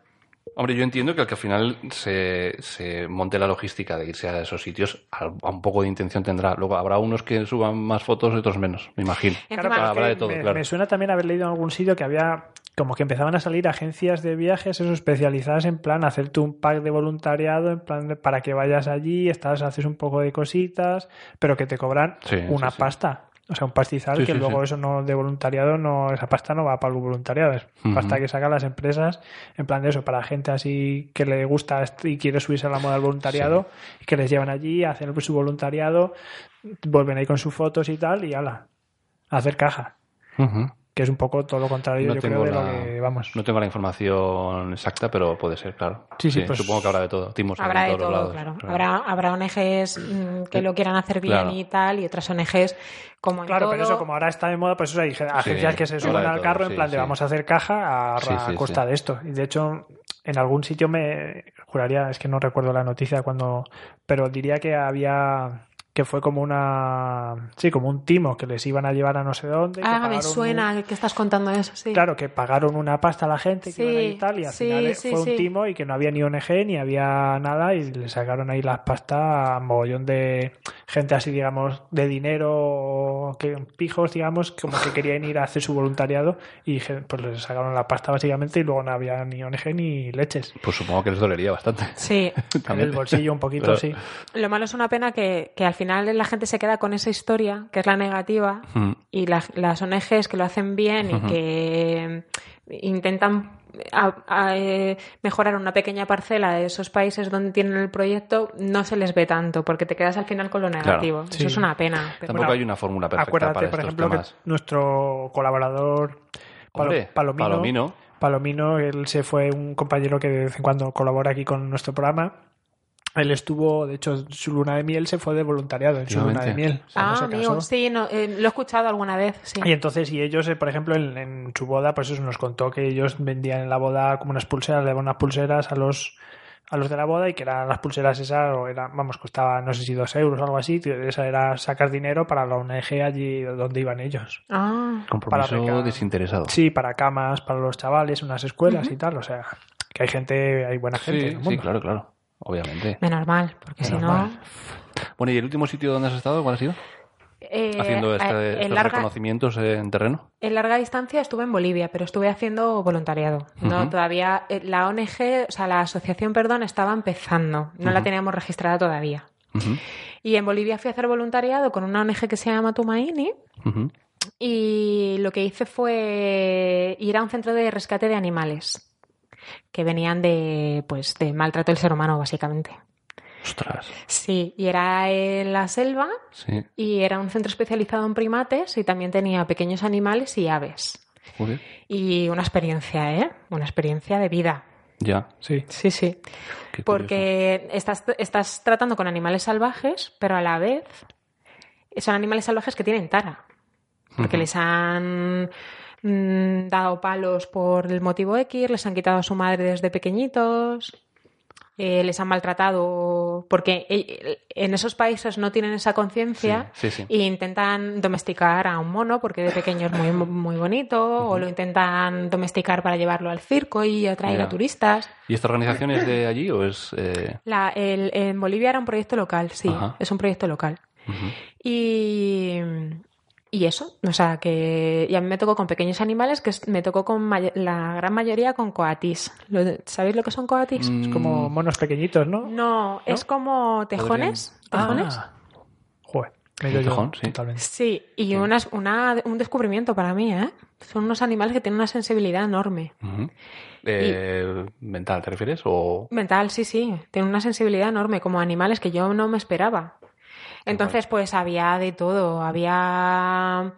Hombre, yo entiendo que al que al final se, se monte la logística de irse a esos sitios, a, a un poco de intención tendrá. Luego habrá unos que suban más fotos y otros menos, me imagino.
Encima-
pero es
Habrá
que
de Ah, todo,
me,
claro.
me suena también haber leído en algún sitio que había como que empezaban a salir agencias de viajes eso, especializadas en plan hacerte un pack de voluntariado en plan de- para que vayas allí, estás haces un poco de cositas, pero que te cobran
Sí,
una
sí, sí.
pasta. O sea, un pastizal
Sí,
que
sí,
luego
sí.
eso no de voluntariado, no esa pasta no va para el voluntariado, es
Ujú.
pasta que sacan las empresas en plan de eso, para gente así que le gusta est- y quiere subirse a la moda del voluntariado, y que les llevan allí, hacen su voluntariado, vuelven ahí con sus fotos y tal, y ala, a hacer caja
Ujú.
que es un poco todo lo contrario,
No
yo
tengo
creo, de lo
la-
que vamos.
No tengo la información exacta, pero puede ser, claro.
Sí, sí, pues-
Supongo que habrá de todo. Timos
Habrá de
en todos
todo,
los lados.
claro. Habrá, habrá ONGs mm, que lo quieran hacer bien
Claro.
y tal, y otras ONGs como en
Claro, pero
todo,
eso, como ahora está de moda, pues eso hay gen- agencias que se
ahora
suben
de
al
todo,
carro en
sí,
plan de
sí.
vamos a hacer caja a,
Sí,
a
sí,
costa
sí.
de esto. Y de hecho, en algún sitio me juraría, es que no recuerdo la noticia cuando, pero diría que había que fue como una sí, como un timo que les iban a llevar a no sé dónde. que
Ah, me
pagaron
suena
un-
que estás contando eso, sí.
Claro, que pagaron una pasta a la gente que
Sí,
iban a ir y tal, y al
sí,
final eh,
sí,
fue
sí.
un timo y que no había ni ONG ni había nada, y le sacaron ahí las pastas a mogollón de gente así, digamos, de dinero, o que pijos, digamos, como que querían ir a hacer su voluntariado, y gen- pues les sacaron la pasta básicamente, y luego no había ni ONG ni leches.
Pues supongo que les dolería bastante.
Sí.
[LAUGHS] En
También.
el bolsillo un poquito,
Claro.
sí.
Lo malo es una pena que, que al final la gente se queda con esa historia, que es la negativa,
Mm.
y la- las ONGs que lo hacen bien y
Ujú.
que mm, intentan a- a, eh, mejorar una pequeña parcela de esos países donde tienen el proyecto, no se les ve tanto, porque te quedas al final con lo negativo. Eso
Sí.
es una pena. pero-
Tampoco
Bueno,
hay una fórmula perfecta
Acuérdate,
para
por
estos
ejemplo, que
temas.
nuestro colaborador Palo-
Hombre,
Palomino,
Palomino.
Palomino, él se fue un compañero que de vez en cuando colabora aquí con nuestro programa. Él estuvo, de hecho, su luna de miel se fue de voluntariado en su luna de
Efectivamente.
miel.
ah,
cuando se
amigo,
casó.
sí, no, eh, lo he escuchado alguna vez. Sí.
Y entonces, y ellos, eh, por ejemplo, en, en su boda, pues eso nos contó que ellos vendían en la boda como unas pulseras, le daban unas pulseras a los a los de la boda y que eran las pulseras esas, o era, vamos, costaba no sé si dos euros o algo así, tío, esa era sacar dinero para la ONG allí donde iban ellos.
Ah,
Para
Compromiso
pecar.
desinteresado.
Sí, para camas, para los chavales, unas escuelas y tal, o sea, que hay gente, hay buena gente en
sí,
el
sí,
mundo.
claro, claro. Obviamente.
menos mal, porque si
Menos
no...
mal.
Bueno, ¿y el último sitio donde has estado? ¿Cuál ha sido?
Eh,
Haciendo este-
eh,
estos
en, larga,
reconocimientos eh, en terreno.
en larga distancia estuve en Bolivia, pero estuve haciendo voluntariado. No,
Ujú.
todavía eh, la ONG, o sea, la asociación, perdón, estaba empezando. No la
Ujú.
teníamos registrada todavía.
Ujú,
Y en Bolivia fui a hacer voluntariado con una ONG que se llama Tumaini
ujú.
y lo que hice fue ir a un centro de rescate de animales que venían de pues de maltrato del ser humano básicamente.
Ostras.
Sí, y era en la selva
Sí,
y era un centro especializado en primates y también tenía pequeños animales y aves.
joder.
Y una experiencia, ¿eh? Una experiencia de vida.
Ya.
Sí.
Sí, sí.
qué curioso.
Porque estás, estás tratando con animales salvajes, pero a la vez son animales salvajes que tienen tara. Porque
Ujú.
les han mm, dado palos por el motivo X, les han quitado a su madre desde pequeñitos, eh, les han maltratado. Porque eh, en esos países no tienen esa conciencia.
Sí, sí, sí.
Y intentan domesticar a un mono porque de pequeño es muy, muy bonito, o lo intentan domesticar para llevarlo al circo y atraer
Ya.
a turistas.
¿Y esta organización es de allí o es...? eh,
La, el- en Bolivia era un proyecto local, sí,
Ajá.
es un proyecto local.
ujú.
Y, Y eso, o sea, que y a mí me tocó con pequeños animales, que es- me tocó con may- la gran mayoría con coatis. Lo- ¿Sabéis lo que son coatis?
Mm,
Es como monos pequeñitos, ¿no?
No, es como tejones. ¿Tejones?
Ah. Joder. me he ido yo
tejón, sí.
Totalmente.
Sí, y unas- una- un descubrimiento para mí, ¿eh? Son unos animales que tienen una sensibilidad enorme.
ujú. Eh, ¿Mental te refieres? O...
Mental, sí, sí. Tienen una sensibilidad enorme, como animales que yo no me esperaba. Entonces, pues había de todo. Había.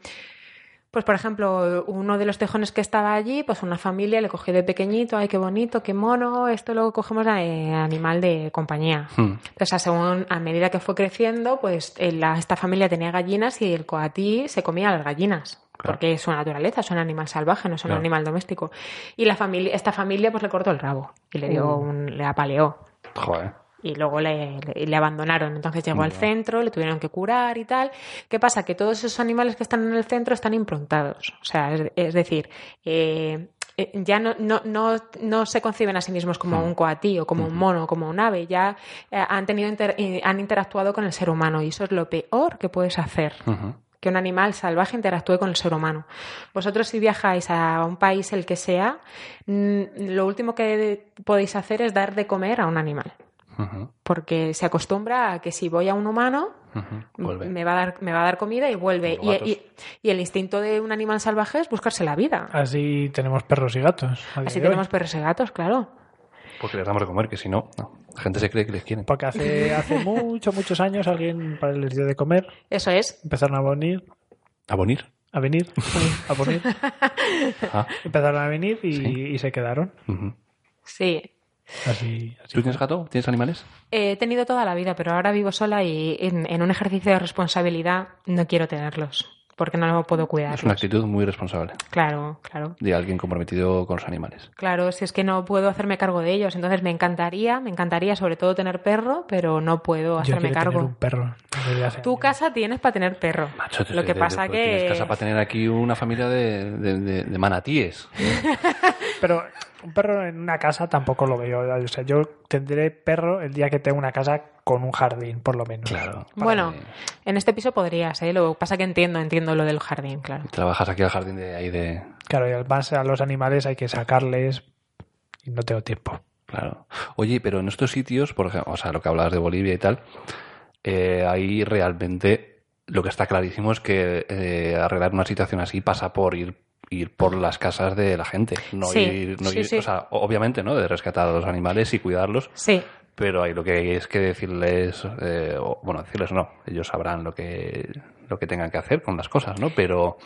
Pues, por ejemplo, uno de los tejones que estaba allí, pues una familia le cogió de pequeñito, ay, qué bonito, qué mono, esto luego cogemos eh, animal de compañía.
Hmm.
O sea, según a medida que fue creciendo, pues eh, la- esta familia tenía gallinas y el coatí se comía las gallinas.
Claro.
Porque es su naturaleza, es un animal salvaje, no es un
Claro.
animal doméstico. Y la familia, esta familia pues le cortó el rabo y le dio
Uh.
un- le apaleó.
Joder.
Y luego le, le- le abandonaron. Entonces llegó al
Ya.
centro, le tuvieron que curar y tal. ¿Qué pasa? Que todos esos animales que están en el centro están improntados. O sea, es, es decir, eh, eh, ya no, no, no, no se conciben a sí mismos como un coatí o como un mono o como un ave. Ya eh, han, tenido inter- eh, han interactuado con el ser humano y eso es lo peor que puedes hacer
Ujú.
que un animal salvaje interactúe con el ser humano. Vosotros si viajáis a un país el que sea, mm, lo último que podéis hacer es dar de comer a un animal,
Ujú.
porque se acostumbra a que si voy a un humano
Ujú. Pues Vuelve.
Mm, me va a dar me va a dar comida y vuelve
Como
y,
los gatos.
y- y el instinto de un animal salvaje es buscarse la vida.
Ah, Así tenemos perros y gatos. a día
Así
de hoy.
tenemos perros y gatos, claro.
Porque les damos de comer, pues que si no, no. La gente se cree que les quieren.
Porque hace,
[LAUGHS]
hace muchos, muchos años alguien para les dio de comer,
Eso es.
empezaron a venir,
A venir.
[LAUGHS]
a venir, a venir,
Ah.
empezaron a venir y,
Sí.
y se quedaron.
Ujú.
Sí.
Así, así
¿Tú tienes gato? ¿Tienes animales?
He tenido toda la vida, pero ahora vivo sola y en, en un ejercicio de responsabilidad no quiero tenerlos, porque no lo puedo cuidar.
Es una actitud muy responsable
Claro, claro.
de alguien comprometido con los animales.
Claro, si es que no puedo hacerme cargo de ellos, entonces me encantaría, me encantaría sobre todo tener perro, pero no puedo
Yo
hacerme
quiero
cargo.
tener un perro. desde hace
Tu
años.
casa tienes para tener perro.
Macho, te-
Lo que
te-
pasa
te-
que
Tienes casa para tener aquí una familia de, de- de- de manatíes.
Pero un perro en una casa tampoco lo veo. O sea, yo tendré perro el día que tenga una casa con un jardín, por lo menos.
Claro.
bueno,
Para
en este piso podrías, ¿eh? Lo que pasa que entiendo, entiendo lo del jardín, claro.
que Trabajas aquí al jardín de ahí de...
Claro, y además a los animales hay que sacarles y no tengo tiempo.
Claro. Oye, pero en estos sitios, por ejemplo, o sea, lo que hablabas de Bolivia y tal, eh, ahí realmente lo que está clarísimo es que eh, arreglar una situación así pasa por ir ir por las casas de la gente, no
Sí,
ir, no
sí,
ir-
sí.
o sea, obviamente, ¿no? De rescatar a los animales y cuidarlos,
Sí,
pero ahí lo que hay es que decirles, eh, o- bueno, decirles no, ellos sabrán lo que, lo que tengan que hacer con las cosas, ¿no? Pero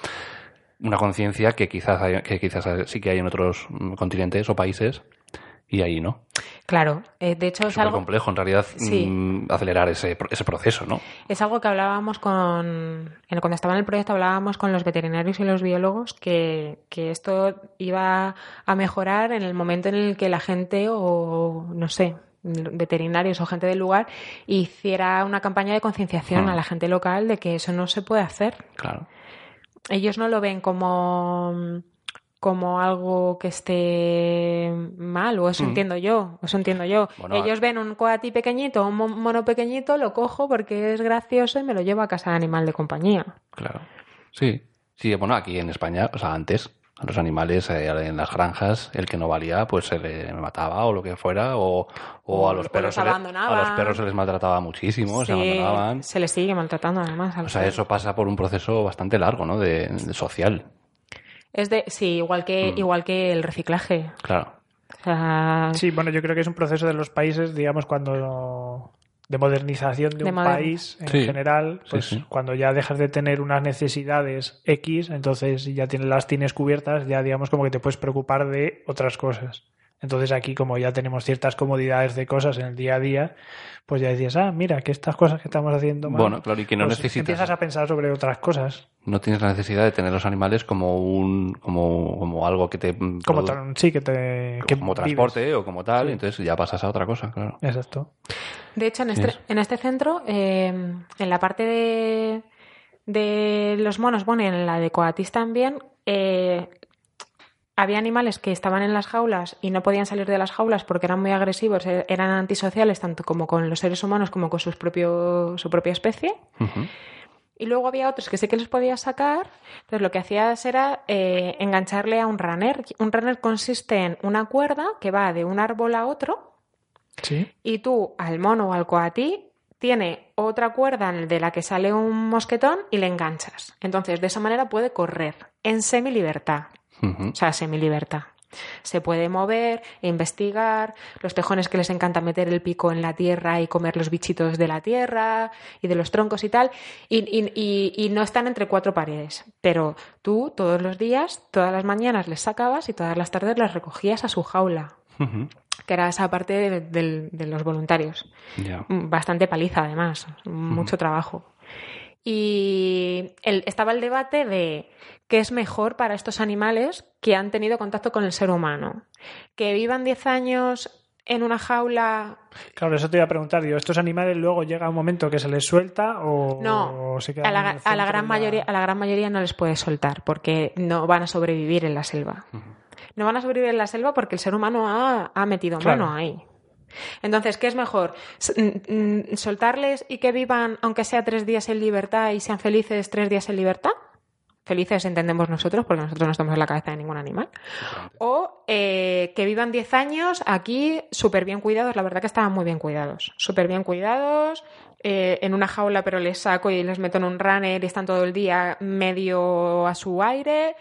una conciencia que quizás, hay- que quizás sí que hay en otros mm, continentes o países y ahí no.
claro. Eh, de hecho,
Es
es
súper
algo,
complejo, en realidad,
Sí.
mm, acelerar ese, pro- ese proceso, ¿no?
Es algo que hablábamos con. en- Cuando estaba en el proyecto hablábamos con los veterinarios y los biólogos que, que esto iba a mejorar en el momento en el que la gente o, no sé, veterinarios o gente del lugar hiciera una campaña de concienciación
Ujú.
a la gente local de que eso no se puede hacer.
Claro.
Ellos no lo ven como como algo que esté mal, o eso
Ujú.
entiendo yo, eso entiendo yo.
Mm. Bueno,
Ellos
a-
ven un coati pequeñito, un mon- mono pequeñito, lo cojo porque es gracioso y me lo llevo a casa de animal de compañía.
Claro. Sí. Sí, bueno, aquí en España, o sea, antes, a los animales eh, en las granjas, el que no valía, pues se le mataba o lo que fuera, o, o
O-
a los
o
perros
los
se le-
abandonaban.
a los perros se les maltrataba muchísimo, se
Sí,
abandonaban.
se les sigue maltratando además. al
O sea,
perro.
eso pasa por un proceso bastante largo, ¿no? De, de social,
Es de, sí, igual que,
Mm.
igual que el reciclaje.
claro.
O sea,
Sí, bueno, yo creo que es un proceso de los países, digamos, cuando de modernización de,
De
un
moder-
país en
Sí.
general,
Sí,
pues
sí.
cuando ya dejas de tener unas necesidades X, entonces ya tienes, las tienes cubiertas, ya digamos como que te puedes preocupar de otras cosas. Entonces aquí como ya tenemos ciertas comodidades de cosas en el día a día, pues ya decías, ah, mira, que estas cosas que estamos haciendo mal,
Bueno, claro, y que no
pues
necesitas.
empiezas a pensar sobre otras cosas,
No tienes la necesidad de tener los animales como un, como, como algo que te mm,
como,
produ-
tan- sí, que te... que
como
vives.
transporte o como tal, entonces ya pasas a otra cosa, claro.
Exacto.
De hecho, en este,
Yes.
en este centro, eh, en la parte de, de los monos, bueno, y en la de coatis también, eh, había animales que estaban en las jaulas y no podían salir de las jaulas porque eran muy agresivos, e- eran antisociales tanto como con los seres humanos como con sus propio, su propia especie.
Ujú.
Y luego había otros que sí que los podías sacar. Entonces lo que hacías era eh, engancharle a un runner. Un runner consiste en una cuerda que va de un árbol a otro
Sí.
y tú al mono o al coatí tiene otra cuerda de la que sale un mosquetón y le enganchas. Entonces de esa manera puede correr en semi libertad.
Ujú.
O sea, semi-libertad. Se puede mover, investigar, los tejones que les encanta meter el pico en la tierra y comer los bichitos de la tierra y de los troncos y tal, y, y- y- y no están entre cuatro paredes. Pero tú todos los días, todas las mañanas les sacabas y todas las tardes las recogías a su jaula,
Ujú.
que era esa parte de, del- de los voluntarios.
Ya.
Mm, Bastante paliza además, mucho trabajo. Y el- estaba el debate de qué es mejor para estos animales que han tenido contacto con el ser humano. Que vivan 10 años en una jaula.
Claro, eso te iba a preguntar. Digo, ¿estos animales luego llega un momento que se les suelta o,
No,
o se quedan
A
en el
la, a la
centro
gran
y la-
mayoría, a la gran mayoría no les puedes soltar porque no van a sobrevivir en la selva. No van a sobrevivir en la selva porque el ser humano ha, ha metido
Claro.
mano ahí. Entonces, ¿qué es mejor? S- mm, mm, ¿Soltarles y que vivan, aunque sea tres días en libertad y sean felices tres días en libertad? Felices entendemos nosotros, porque nosotros no estamos en la cabeza de ningún animal. O eh, que vivan 10 años aquí súper bien cuidados, la verdad que estaban muy bien cuidados. Súper bien cuidados, eh, en una jaula pero les saco y les meto en un runner y están todo el día medio a su aire.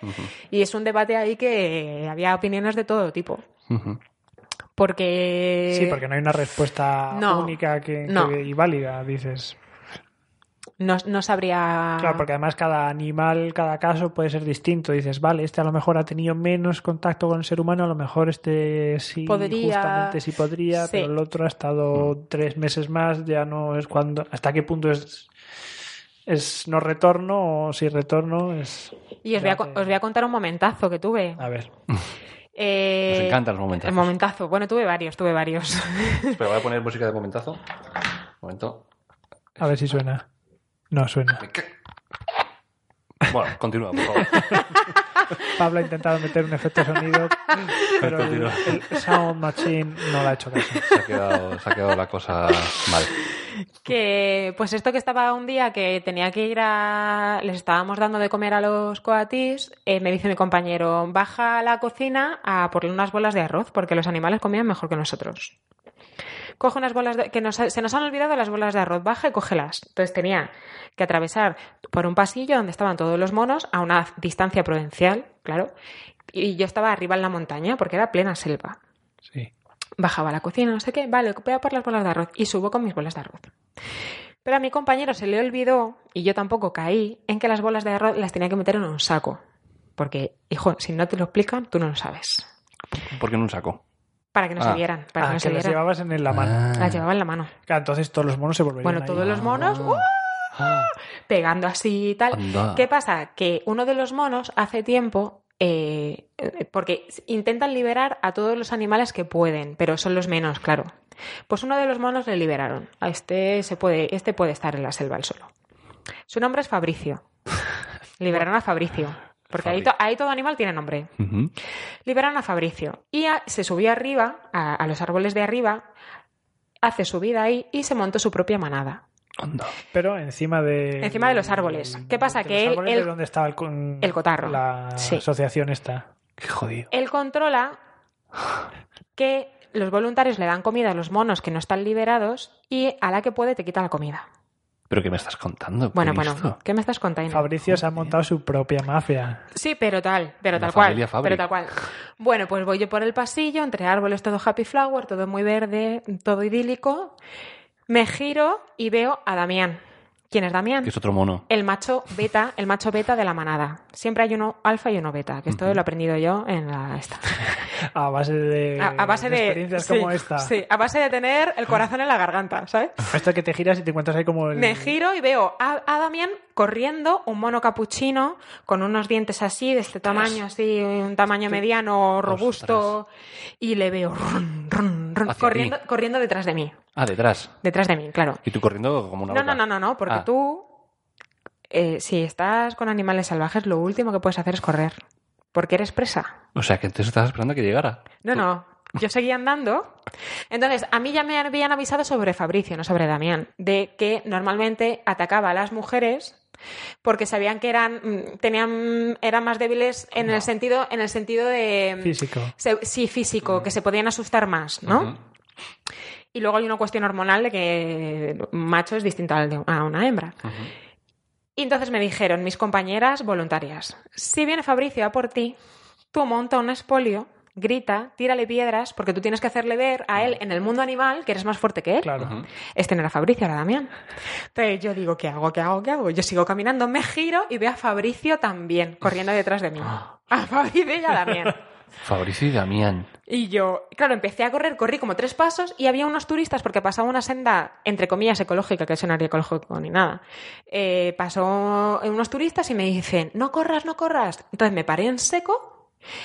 Y es un debate ahí que había opiniones de todo tipo.
Ujú.
Porque...
Sí, porque no hay una respuesta
No,
única que, que-
no.
y válida, dices.
no, no sabría.
Claro, porque además cada animal, cada caso puede ser distinto. Dices, vale, este a lo mejor ha tenido menos contacto con el ser humano, a lo mejor este sí,
Podría.
justamente sí podría,
Sí.
pero el otro ha estado tres meses más, ya no es cuando. ¿Hasta qué punto es, es no retorno o si retorno es.
Y os voy, a, co-
Fíjate.
os voy a contar un momentazo que tuve.
A ver,
Eh,
Nos encantan los momentazos.
El momentazo. Bueno, tuve varios, tuve varios.
Espera, voy a poner música de momentazo. Un momento.
a ver si suena. No suena.
Me ca- Bueno, continúa, por favor.
Pablo ha intentado meter un efecto
[LAUGHS]
sonido, pero el,
Continúa.
el Sound Machine no le ha hecho caso.
Se ha quedado, se ha quedado la cosa mal.
que pues esto que estaba un día que tenía que ir a les estábamos dando de comer a los coatís eh, me dice mi compañero baja a la cocina a por unas bolas de arroz porque los animales comían mejor que nosotros coge unas bolas de- que nos ha- se nos han olvidado las bolas de arroz baja y cógelas entonces tenía que atravesar por un pasillo donde estaban todos los monos a una distancia prudencial claro y yo estaba arriba en la montaña porque era plena selva
Sí.
Bajaba a la cocina, no sé qué, vale, voy a por las bolas de arroz y subo con mis bolas de arroz. Pero a mi compañero se le olvidó, y yo tampoco caí, en que las bolas de arroz las tenía que meter en un saco. Porque, hijo, si no te lo explican, tú no lo sabes.
¿Por qué en un saco?
Para que no
Ah.
se vieran, para
Ah,
que no se
que las
vieran.
llevabas en la mano.
Ah.
Las llevaba en la mano.
Claro, entonces todos los monos se volverían
Bueno,
ahí.
todos los monos, ¡uh!
Ah.
pegando así y tal.
Anda.
¿Qué pasa? Que uno de los monos hace tiempo. eh, eh, porque intentan liberar a todos los animales que pueden, pero son los menos, claro. Pues uno de los monos le liberaron. A este se puede, este puede estar en la selva al solo. Su nombre es Fabricio. Liberaron a Fabricio. Porque ahí, to- ahí todo animal tiene nombre
Ujú.
liberaron a Fabricio y a- se subió arriba, a, a los árboles de arriba, hace su vida ahí y se montó su propia manada.
Anda.
Pero encima de...
Encima de los árboles. ¿Qué pasa?
de
Que
los
él-
árboles
él-
de donde estaba el, con-
el cotarro.
La
Sí.
asociación esta. Qué jodido.
Él controla que los voluntarios le dan comida a los monos que no están liberados y a la que puede te quita la comida.
¿Pero qué me estás contando? ¿Qué
Bueno,
he
bueno,
visto?
¿qué me estás contando?
Fabricio se ha montado su propia mafia.
Sí, pero tal, pero
La
tal cual.
familia Fabri.
Pero tal cual. Bueno, pues voy yo por el pasillo, entre árboles, todo happy flower, todo muy verde, todo idílico. Me giro y veo a Damián. ¿Quién es Damián?
Que es otro mono.
El macho beta, el macho beta de la manada. Siempre hay uno alfa y uno beta, que esto lo he aprendido yo en la esta.
A base de...
A, a base de
Experiencias
sí,
como esta.
Sí, a base de tener el corazón en la garganta, ¿sabes?
Esto que te giras y te encuentras ahí como el...
Me giro y veo a, a Damián corriendo, un mono capuchino, con unos dientes así, de este tamaño, así, un tamaño mediano, robusto, y le veo run, run, run,
Hacia
corriendo,
mí.
corriendo detrás de mí.
Ah, detrás.
Detrás de mí, claro.
Y tú corriendo como una
No,
loca.
no, no, no, no, porque
Ah.
tú, eh, si estás con animales salvajes, lo último que puedes hacer es correr, porque eres presa.
O sea, que entonces estabas esperando a que llegara.
No, no, yo seguía andando. Entonces, a mí ya me habían avisado sobre Fabricio, no sobre Damián, de que normalmente atacaba a las mujeres porque sabían que eran mm, tenían eran más débiles en el sentido en el sentido de
Físico.
se- sí físico que se podían asustar más no
Ujú.
y luego hay una cuestión hormonal de que un macho es distinto al de- a una hembra y entonces me dijeron mis compañeras voluntarias si viene Fabricio a por ti tú monta un espolio grita tírale piedras porque tú tienes que hacerle ver a él en el mundo animal que eres más fuerte que él
Claro.
este no era Fabricio, era Damián. Entonces yo digo, ¿qué hago? ¿Qué hago? ¿Qué hago? Yo sigo caminando, me giro y veo a Fabricio también, corriendo detrás de mí. A Fabricio y a Damián.
Fabricio y Damián.
Y yo, claro, empecé a correr, corrí como tres pasos y había unos turistas porque pasaba una senda, entre comillas, ecológica, que eso no era ecológico ni nada. Eh, pasó unos turistas y me dicen, no corras, no corras. Entonces me paré en seco.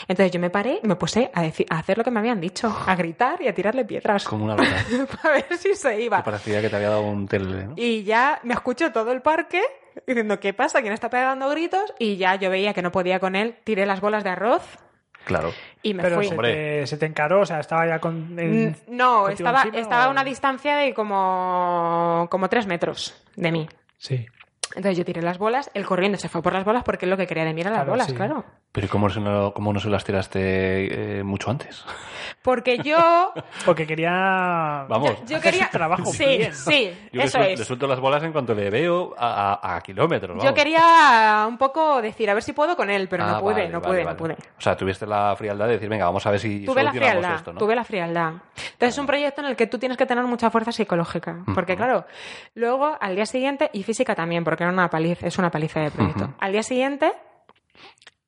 Entonces yo me paré y me puse a, deci- a hacer lo que me habían dicho, a gritar y a tirarle piedras.
Como una loca.
[LAUGHS] Para ver si se iba.
Que parecía que te había dado un tele, ¿no?
Y ya me escuchó todo el parque diciendo, ¿qué pasa? ¿Quién está pegando gritos? Y ya yo veía que no podía con él. Tiré las bolas de arroz
Claro.
y me
Pero
fui. Mm,
se
Hombre.
te, se te encaró, o sea, estaba ya con. en-
N- No,
contigo
estaba,
encima,
estaba a
o-
una distancia de como, como tres metros de mí.
Sí.
Entonces yo tiré las bolas, él corriendo se fue por las bolas porque él lo que quería de mí eran las
Claro,
bolas,
sí.
claro.
Pero ¿y ¿cómo, se no, cómo no se las tiraste eh, mucho
[LAUGHS]
antes?
Porque yo,
Porque quería.
[LAUGHS] Vamos.
Hacer
yo
su
quería...
trabajo
sí,
bien.
sí,
Yo le,
eso
suel-
es.
le suelto las bolas en cuanto le veo a, a- a kilómetros.
Yo
vamos.
quería un poco decir, a ver si puedo con él, pero
Ah,
no pude,
vale,
no
vale,
pude,
vale.
no pude.
O sea, tuviste la frialdad de decir, venga, vamos a ver si
Tuve la
solucionamos
frialdad,
esto, ¿no?
tuve la frialdad. Entonces es un proyecto en el que tú tienes que tener mucha fuerza psicológica, porque claro, luego al día siguiente, y física también, porque era una paliza, es una paliza de proyecto,
Ujú.
al día siguiente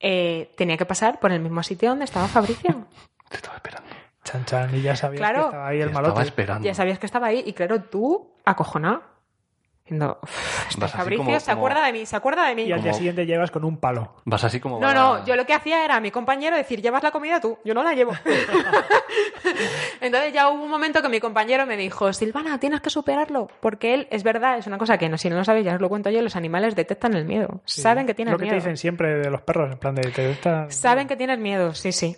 eh, tenía que pasar por el mismo sitio donde estaba
[LAUGHS]
Fabricio.
Te estaba esperando.
Chan, chan, y ya sabías
Claro.
que estaba ahí
Te
el
estaba
malote.
esperando.
ya sabías que estaba ahí, y claro, tú acojonado. diciendo, "Uf, este
Vas así
Fabricio
como-
se
como-
acuerda de mí, se acuerda de mí.
Y al día
Como-
siguiente llegas con un palo.
Vas así
Oh,
como...
No,
va-
no, yo lo que hacía era a mi compañero decir, llevas la comida tú, yo no
[LAUGHS]
la llevo. Entonces ya hubo un momento que mi compañero me dijo, Silvana, tienes que superarlo, porque él, es verdad, es una cosa que no, si no lo sabéis, ya os lo cuento yo, los animales detectan el miedo,
Sí.
saben que tienes
Lo que
miedo.
te dicen siempre de los perros, en plan de. Te está...
Saben que tienes miedo, sí, sí.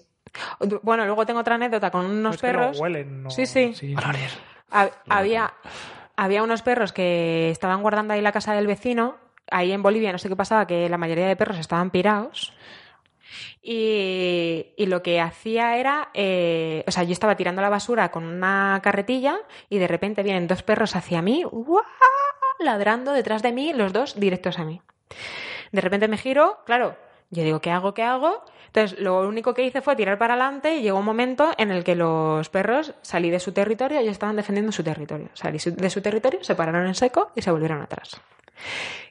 Bueno, luego tengo otra anécdota con
No,
unos
es Pues que no
perros.
huelen, no-
Sí, sí.
Olores.
Ha- había, había unos perros que estaban guardando ahí la casa del vecino. Ahí en Bolivia, no sé qué pasaba, que la mayoría de perros estaban pirados. Y, y lo que hacía era, eh, o sea, yo estaba tirando la basura con una carretilla y de repente vienen dos perros hacia mí, ¡guau! ladrando detrás de mí, los dos directos a mí. De repente me giro, claro, yo digo, ¿qué hago? ¿Qué hago? Entonces, lo único que hice fue tirar para adelante y llegó un momento en el que los perros salí de su territorio y estaban defendiendo su territorio. Salí su- de su territorio, se pararon en seco y se volvieron atrás.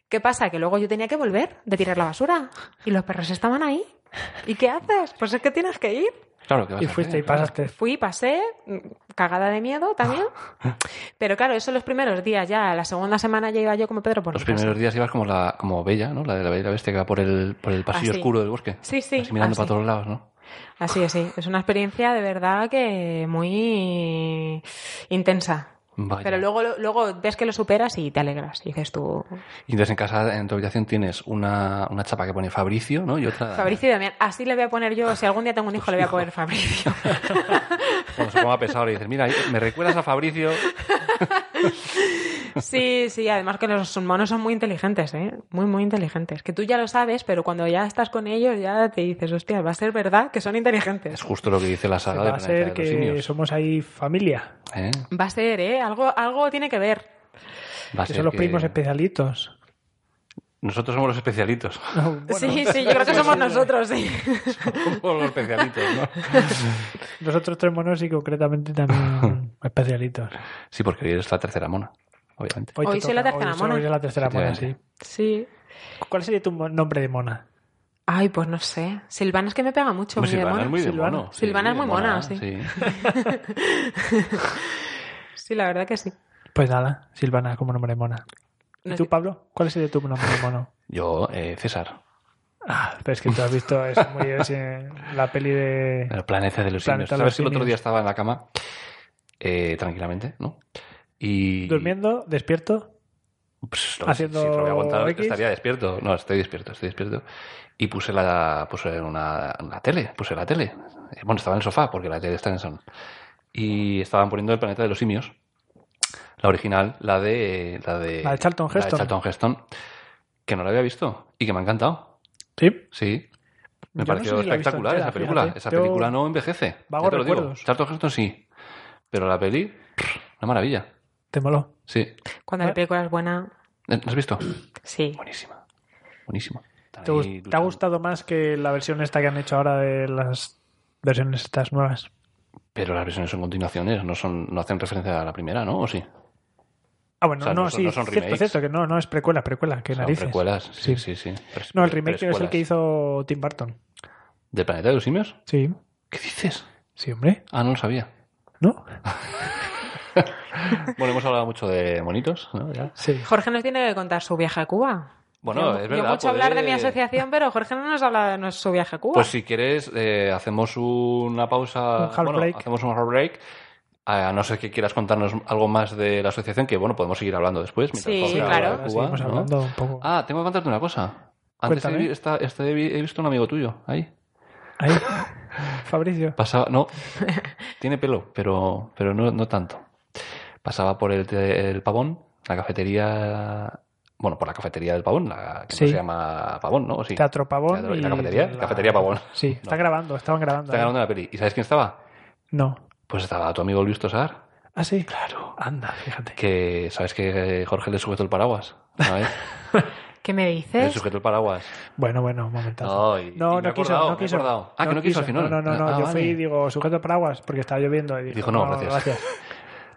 ¿Qué pasa? Que luego yo tenía que volver de tirar la basura y los perros estaban ahí. ¿Y qué haces? Pues es que tienes que ir.
Claro, que vas ¿eh?
Y
a
fuiste y
hacer?
pasaste.
Fui, pasé, mm, cagada de miedo también. Pero claro, eso los primeros días ya, la segunda semana ya iba yo como Pedro por
Los
mi casa.
primeros días ibas como la como Bella, ¿no? La de la Bella Bestia que va por el, por el pasillo
Así.
oscuro del bosque.
Ah, Sí, sí,
Así mirando
así.
para todos lados, ¿no?
Así, así. Es una experiencia de verdad que muy intensa.
Vaya.
Pero luego, luego ves que lo superas y te alegras. Y dices tú,
Y entonces en casa, en tu habitación, tienes una, una chapa que pone Fabricio, ¿no? Y otra...
Fabricio y Damián, así le voy a poner yo, si algún día tengo un hijo, le voy a
[LAUGHS]
poner Fabricio.
Cuando se ponga pesado le dices, mira, me recuerdas a Fabricio.
Sí, sí, además que los monos son muy inteligentes, ¿eh? Muy, muy inteligentes. Que tú ya lo sabes, pero cuando ya estás con ellos ya te dices, hostia, va a ser verdad que son
Es
inteligentes.
justo lo que dice la saga de
Va a
Planeta de
ser
los
que
Simios.
somos ahí familia.
¿eh?
Va a ser, ¿eh? Algo, algo tiene que ver.
Va a
Que
ser
son los
que- [LAUGHS]
primos especialitos. [LAUGHS]
Nosotros somos los especialitos. [LAUGHS]
No, bueno,
sí, sí, yo creo que somos
pues
nosotros, sí. [LAUGHS]
somos los especialitos, ¿no?
Nosotros tres monos y concretamente también
[LAUGHS]
especialitos.
Sí, porque hoy eres la tercera mona, obviamente.
te
Hoy
toca-
soy la tercera
hoy-
mona.
Hoy es la tercera mona, sí.
Efectivamente.
Sí.
¿Cuál sería tu mo- nombre de mona?
Ay, pues no sé. Silvana es que me pega mucho.
Hombre,
mi
Silvana
demonio.
es muy de
Silvana.
mono. sí,
Silvana es
de
muy mona, sí. Sí, la verdad que sí.
Pues nada, Silvana como nombre de mona. ¿Y
No
tú,
sé.
Pablo? ¿Cuál sería tu nombre de mono?
Yo, eh, César,
Ah, pero es que tú has visto eso muy es, eh, la peli de...
el planeta de los simios.
Planeta de los
Sabes que el otro
simios.
día estaba en la cama, eh, tranquilamente, ¿no? Y...
¿Durmiendo? ¿Despierto?
Pues,
Haciendo
si te lo voy a aguantar,
X.
estaría despierto. No, estoy despierto, estoy despierto. Y puse la puse una, una tele, puse la tele. Eh, Bueno, estaba en el sofá, porque la tele está en el salón. Y estaban poniendo el planeta de los simios. La original, la de. La de,
La de Charlton Heston.
Charlton Heston. que no la había visto y que me ha encantado.
¿Sí?
Sí. Me
Yo no
pareció
sé si la he visto
espectacular
entera,
esa película.
fíjate.
Esa
Yo-
película no envejece.
Vagos
ya te lo
recuerdos.
digo. Charlton Heston sí. Pero la peli, pff, una maravilla.
Te moló.
Sí. Eh,
Cuando la
Vale.
película es buena,
¿La has visto?
sí.
Buenísima. Buenísima.
¿Te, gust- te ha gustado más que la versión esta que han hecho ahora de las versiones estas nuevas?
Pero las versiones son continuaciones, no son, no hacen referencia a la primera, ¿no? ¿O sí?
Ah, bueno,
O sea,
no,
no son-
sí,
no son
cierto,
remakes.
cierto, que no, no, es precuela, precuela, que
Son
narices.
precuelas. Sí, sí,
Sí.
sí. Pres-
No, el remake es el
preescuelas.
que hizo Tim Burton.
¿Del planeta de los simios?
Sí,
¿Qué dices?
sí, hombre,
Ah, no lo sabía.
¿no?
Bueno, hemos hablado mucho de monitos, ¿no? Ya.
Sí.
Jorge nos tiene que contar su viaje a Cuba.
Bueno,
yo,
es
yo
verdad.
mucho hablar de mi
poder-
asociación, pero Jorge no nos habla de nuestro viaje a Cuba.
Pues si quieres, eh, hacemos una pausa.
Un half
bueno,
break.
hacemos un half break. A no ser que quieras contarnos algo más de la asociación, que bueno, podemos seguir hablando después. mientras
Sí,
Jorge habla
claro.
de
Ahora
Cuba,
seguimos
¿no?
hablando un poco.
Ah, tengo que contarte una cosa. Antes he,
Cuéntame.
vi- esta- este he vi- he visto un amigo tuyo ahí.
Ahí. Fabricio.
Pasaba,
[LAUGHS]
no, tiene pelo, pero, pero no, no tanto. Pasaba por el, te- el pavón, la cafetería, bueno, por la cafetería del pavón, la que no
Sí.
se llama pavón, ¿no? Sí.
Teatro Pavón.
Teatro- y la cafetería, cafetería
[LAUGHS]
Pavón.
Sí, está
No.
grabando, estaban grabando.
Está
¿eh?
grabando la peli. ¿Y sabes quién estaba?
No.
Pues estaba tu amigo Luis Tosar,
Ah, sí. Claro. Anda, fíjate.
que sabes que Jorge le sujetó el paraguas. una vez.
[LAUGHS]
¿Qué me
Le
dices?
sujetó el paraguas.
Bueno, bueno, un momentazo.
No, y- y me he
quiso,
acordado,
no
me he
quiso.
acordado. Ah, que no quiso al final.
No, no, no, no,
Ah,
yo
vale.
fui, digo, sujeto paraguas, porque estaba lloviendo. Y dijo,
Dijo, no, gracias. [LAUGHS]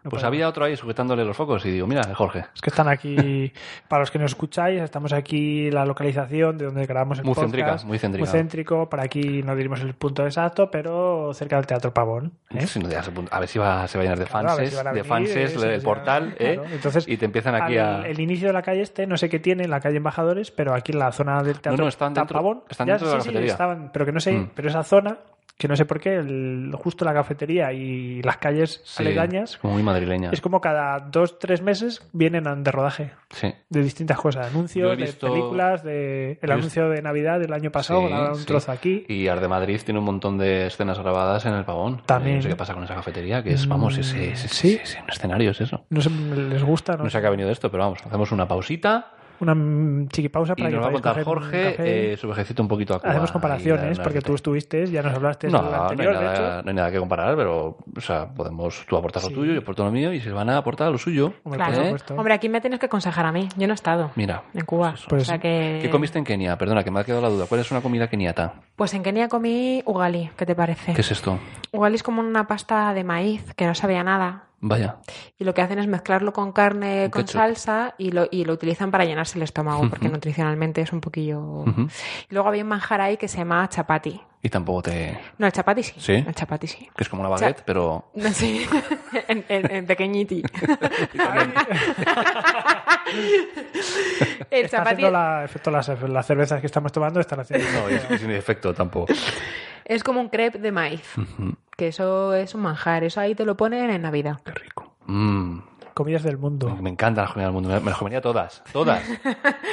No
Pues
podemos.
había otro ahí sujetándole los focos y digo, mira, Jorge.
Es que están aquí, para los que nos escucháis, estamos aquí la localización de donde grabamos el
Muy
podcast.
céntrica, muy céntrica.
Muy céntrico, para aquí no diremos el punto exacto, pero cerca del Teatro Pavón. ¿eh?
Si [LAUGHS] no te das el punto- A ver si va, se va a llenar de
Claro, a ver
fanses,
si van a
de
venir,
fanses,
eso,
el
sí,
portal, ¿eh?
claro. Entonces,
y te empiezan aquí
Al-
a...
El inicio de la calle este, no sé qué tiene, la calle Embajadores, pero aquí en la zona del teatro.
No, no, están
está
dentro-
Pavón.
están
Ya,
dentro de
sí,
la
sí,
cafetería.
estaban, pero que no sé,
Mm.
pero esa zona, que no sé por qué, el- justo la cafetería y las calles
Sí,
aledañas,
es como muy madrileña.
es como cada dos, tres meses vienen de rodaje
Sí.
de distintas cosas,
Yo
anuncios,
he visto-
de películas, de el
he
anuncio de Navidad del año pasado,
Sí,
grabaron un
sí.
trozo aquí.
Y Arde Madrid tiene un montón de escenas grabadas en el pavón.
También.
Eh, No sé qué pasa con esa cafetería, que es, vamos,
Mm,
ese, ese,
sí.
ese- ese- un escenario es eso.
No sé, les gusta, ¿no?
No sé a qué ha venido esto, pero vamos, hacemos una pausita
Una mm, chiquipausa
y
para que
nos va a
podáis
contar
coger un café.
Jorge eh, su vejecito un poquito a Cuba
Hacemos
y
comparaciones,
la-
porque tú estuviste, ya nos hablaste
No,
de
no,
anterior,
hay
de hecho.
nada, no hay nada que comparar, pero o sea, podemos tú aportas
Sí.
lo tuyo, yo aporto lo mío y se van a aportar lo suyo.
Hombre,
Claro.
por supuesto.
Hombre, aquí me tienes que aconsejar a mí. Yo no he estado
Mira,
en Cuba.
Pues-
o sea que...
¿qué comiste en Kenia? Perdona, que me ha quedado la duda. ¿Cuál es una comida keniata?
Pues en Kenia comí ugali, ¿qué te
Eh.
parece?
¿Qué es esto?
Ugali es como una pasta de maíz que no sabía nada.
Vaya.
Y lo que hacen es mezclarlo con carne,
Con
con
ketchup.
salsa y lo, y lo utilizan para llenarse el estómago, porque nutricionalmente es un poquillo...
Ujú.
Y luego había un manjar ahí que se llamaba chapati.
Y tampoco te
No, el chapati sí.
¿Sí?
El chapati sí.
que es como una baguette,
Cha-
[LAUGHS]
pero
[LAUGHS]
[LAUGHS]
No, sí. [LAUGHS] en, en- en [LAUGHS] pequeñiti.
[LAUGHS]
el
[LAUGHS] Está
chapati
haciendo la, efecto las, las cervezas que estamos tomando están haciendo.
no, y, y sin efecto tampoco.
es como un crepe de maíz,
Ujú.
que eso es un manjar. Eso ahí te lo ponen en Navidad.
Qué rico. Mm,
Comidas del mundo.
me, me encantan las comidas del mundo. Me, me las comería todas,
[LAUGHS]
todas.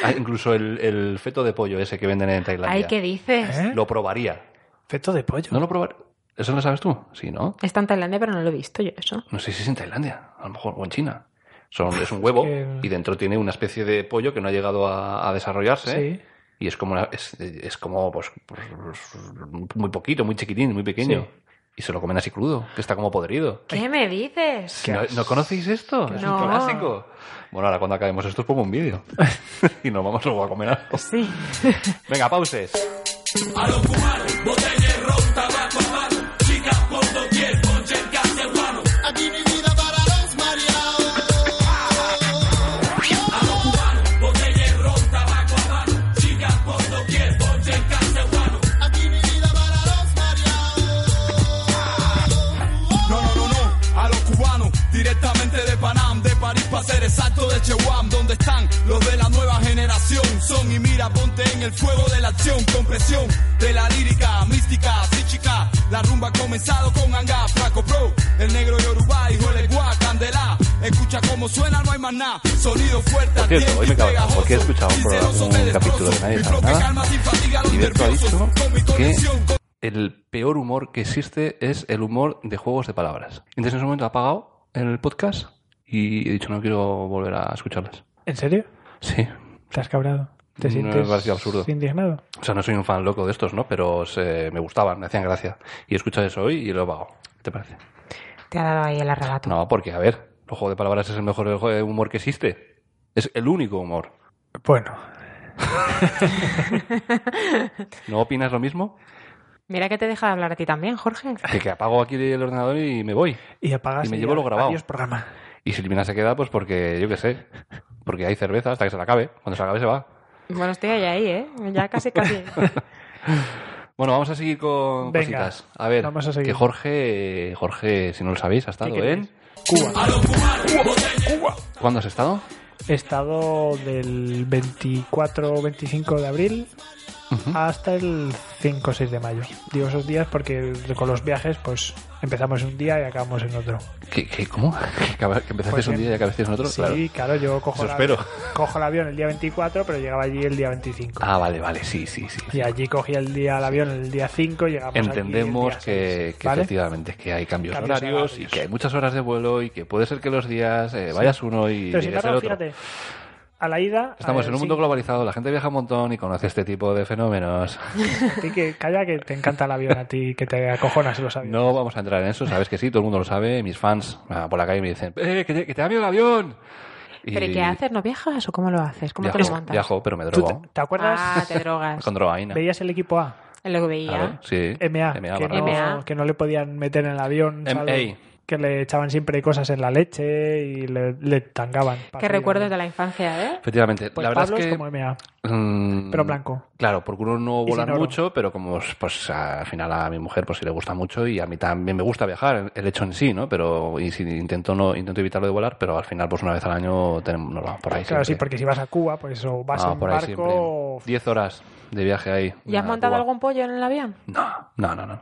Ah, incluso el, el feto de pollo ese que venden en Tailandia.
Ay, ¿qué dices?
¿Eh?
Lo probaría.
Feto de pollo.
¿No lo probar? ¿Eso lo sabes tú? Sí, ¿no?
Está en Tailandia, pero no lo he visto yo eso.
No sé si es en Tailandia, a lo mejor, o en China. Son, es
[LAUGHS]
un huevo
que-
y dentro tiene una especie de pollo que no ha llegado a, a desarrollarse.
Sí.
Y es como, una- es, es como pues, pues, muy poquito, muy chiquitín, muy pequeño.
Sí.
Y se lo comen así crudo, que está como podrido.
¿Qué me dices?
Qué
¿No,
as-
¿no conocéis esto? Es
No.
un clásico. Bueno, ahora cuando acabemos esto os pongo un
[LAUGHS]
vídeo. [LAUGHS] y nos vamos luego a comer algo.
Sí.
Venga, pauses.
Aquí mi vida para los mareados. A los cubanos, botella y ron, tabaco a mano. Chicas, cuando quieres, ponche el castellano. Aquí mi vida para los mareados.
No, no, no, no, a los cubanos, directamente de Panam, de París para ser exacto, de Chewam, donde están los de la nueva generación, son y mira, ponte en el fuego de la acción, con presión de la lírica, mística, psíchica, la rumba ha comenzado con Anga, Flaco Pro, el negro Yoruba, hijo de Guá, Candelá, escucha cómo suena, no hay más nada, sonido fuerte,
Por cierto,
tierno
hoy
y
me cago en nada, porque he
pegajoso,
escuchado un, programa-
sinceroso,
un capítulo de
destrozo,
Nadie
mi
sabe
propia
nada.
calma sin fatiga a los
Y Berto ha
nerviosos,
dicho
con mi
que-
conexión, con-
el peor humor que existe es el humor de juegos de palabras. Entonces en ese momento he apagado el podcast y he dicho no quiero volver a escucharlas.
¿En serio?
Sí.
¿Te has cabrado? ¿Te
No,
sientes
me pareció absurdo.
indignado?
O sea, no soy un fan loco de estos, ¿no? Pero se- me gustaban, me hacían gracia. Y escuchas eso hoy y lo hago. ¿Qué te parece?
Te ha dado ahí el arrebato.
No, porque, a ver, el juego de palabras es el mejor juego de humor que existe. Es el único humor.
Bueno,
¿No opinas lo mismo?
Mira que te deja de hablar a ti también, Jorge.
Que, que apago aquí el ordenador y me voy.
y apagas
Y me llevo lo grabado.
adiós programa.
Y Silvina se queda, pues porque, yo qué sé, porque hay cerveza hasta que se la acabe. Cuando se la acabe se va.
Bueno, estoy ahí, ahí, ¿eh? Ya casi, casi.
Bueno, vamos a seguir con
Venga,
cositas. A ver,
vamos a seguir.
que Jorge, Jorge, si no lo sabéis, ha estado
¿Qué
en...
queréis? Cuba.
¿Cuándo has estado?
Estado del 24 25 de abril hasta el 5 o 6 de mayo. Digo esos días porque con los viajes pues empezamos un día y acabamos en otro.
¿Qué, qué, cómo [LAUGHS] ¿Que, acaba- que empezaste
Pues
un
en-
día y acabaste en otro?
Sí,
Claro.
claro, yo cojo,
Eso
el
espero.
avión- cojo el avión el día 24, pero llegaba allí el día 25.
Ah, vale, vale, sí, sí, sí.
Y allí cogí el día el avión el día 5, llegamos pues aquí el
Entendemos
día
que,
seis,
que
¿vale?
efectivamente que hay cambios,
Cambios
horarios y
horarios.
que hay muchas horas de vuelo y que puede ser que los días eh, vayas uno y
Pero sin
llegues
embargo,
el otro.
fíjate, a la ida
Estamos
a-
en un
sí,
mundo globalizado, la gente viaja un montón y conoce este tipo de fenómenos.
a ti que calla que te encanta el avión a ti, que te acojonas los aviones.
No vamos a entrar en eso, sabes que sí, todo el mundo lo sabe. Mis fans ah, por la calle me dicen, ¡eh, que te, que te ha venido el avión! Y
¿Pero ¿y qué haces? ¿No viajas o cómo lo haces? ¿Cómo
viajo,
te lo montas?
viajo, pero me
¿Tú
drogo.
te, te acuerdas?
Ah, te drogas.
Con drogaína.
Veías el equipo A,
Es lo que veía.
Claro, sí.
MA, que,
barra
no,
brava.
MA.
que no le podían meter en el avión, ¿sabes?
MA.
que le echaban siempre cosas en la leche y le, le tangaban.
Qué recuerdos de la infancia, ¿eh?
Efectivamente,
Pues
la verdad
Pablo
es
es
que...
como MA,
mm,
pero blanco.
Claro, procuro no
Y sin
volar
oro.
mucho, pero como pues al final a mi mujer pues sí le gusta mucho y a mí también me gusta viajar, el hecho en sí, ¿no? Pero y si intento no intento evitarlo de volar, pero al final pues una vez al año tenemos nos vamos por ahí.
Claro, sí,
siempre.
porque si vas a Cuba, pues o vas
Ah,
en
por ahí siempre.
barco... o-
Diez horas de viaje ahí.
¿Y has
a
montado
Cuba.
algún pollo en el avión?
No, no, no, no.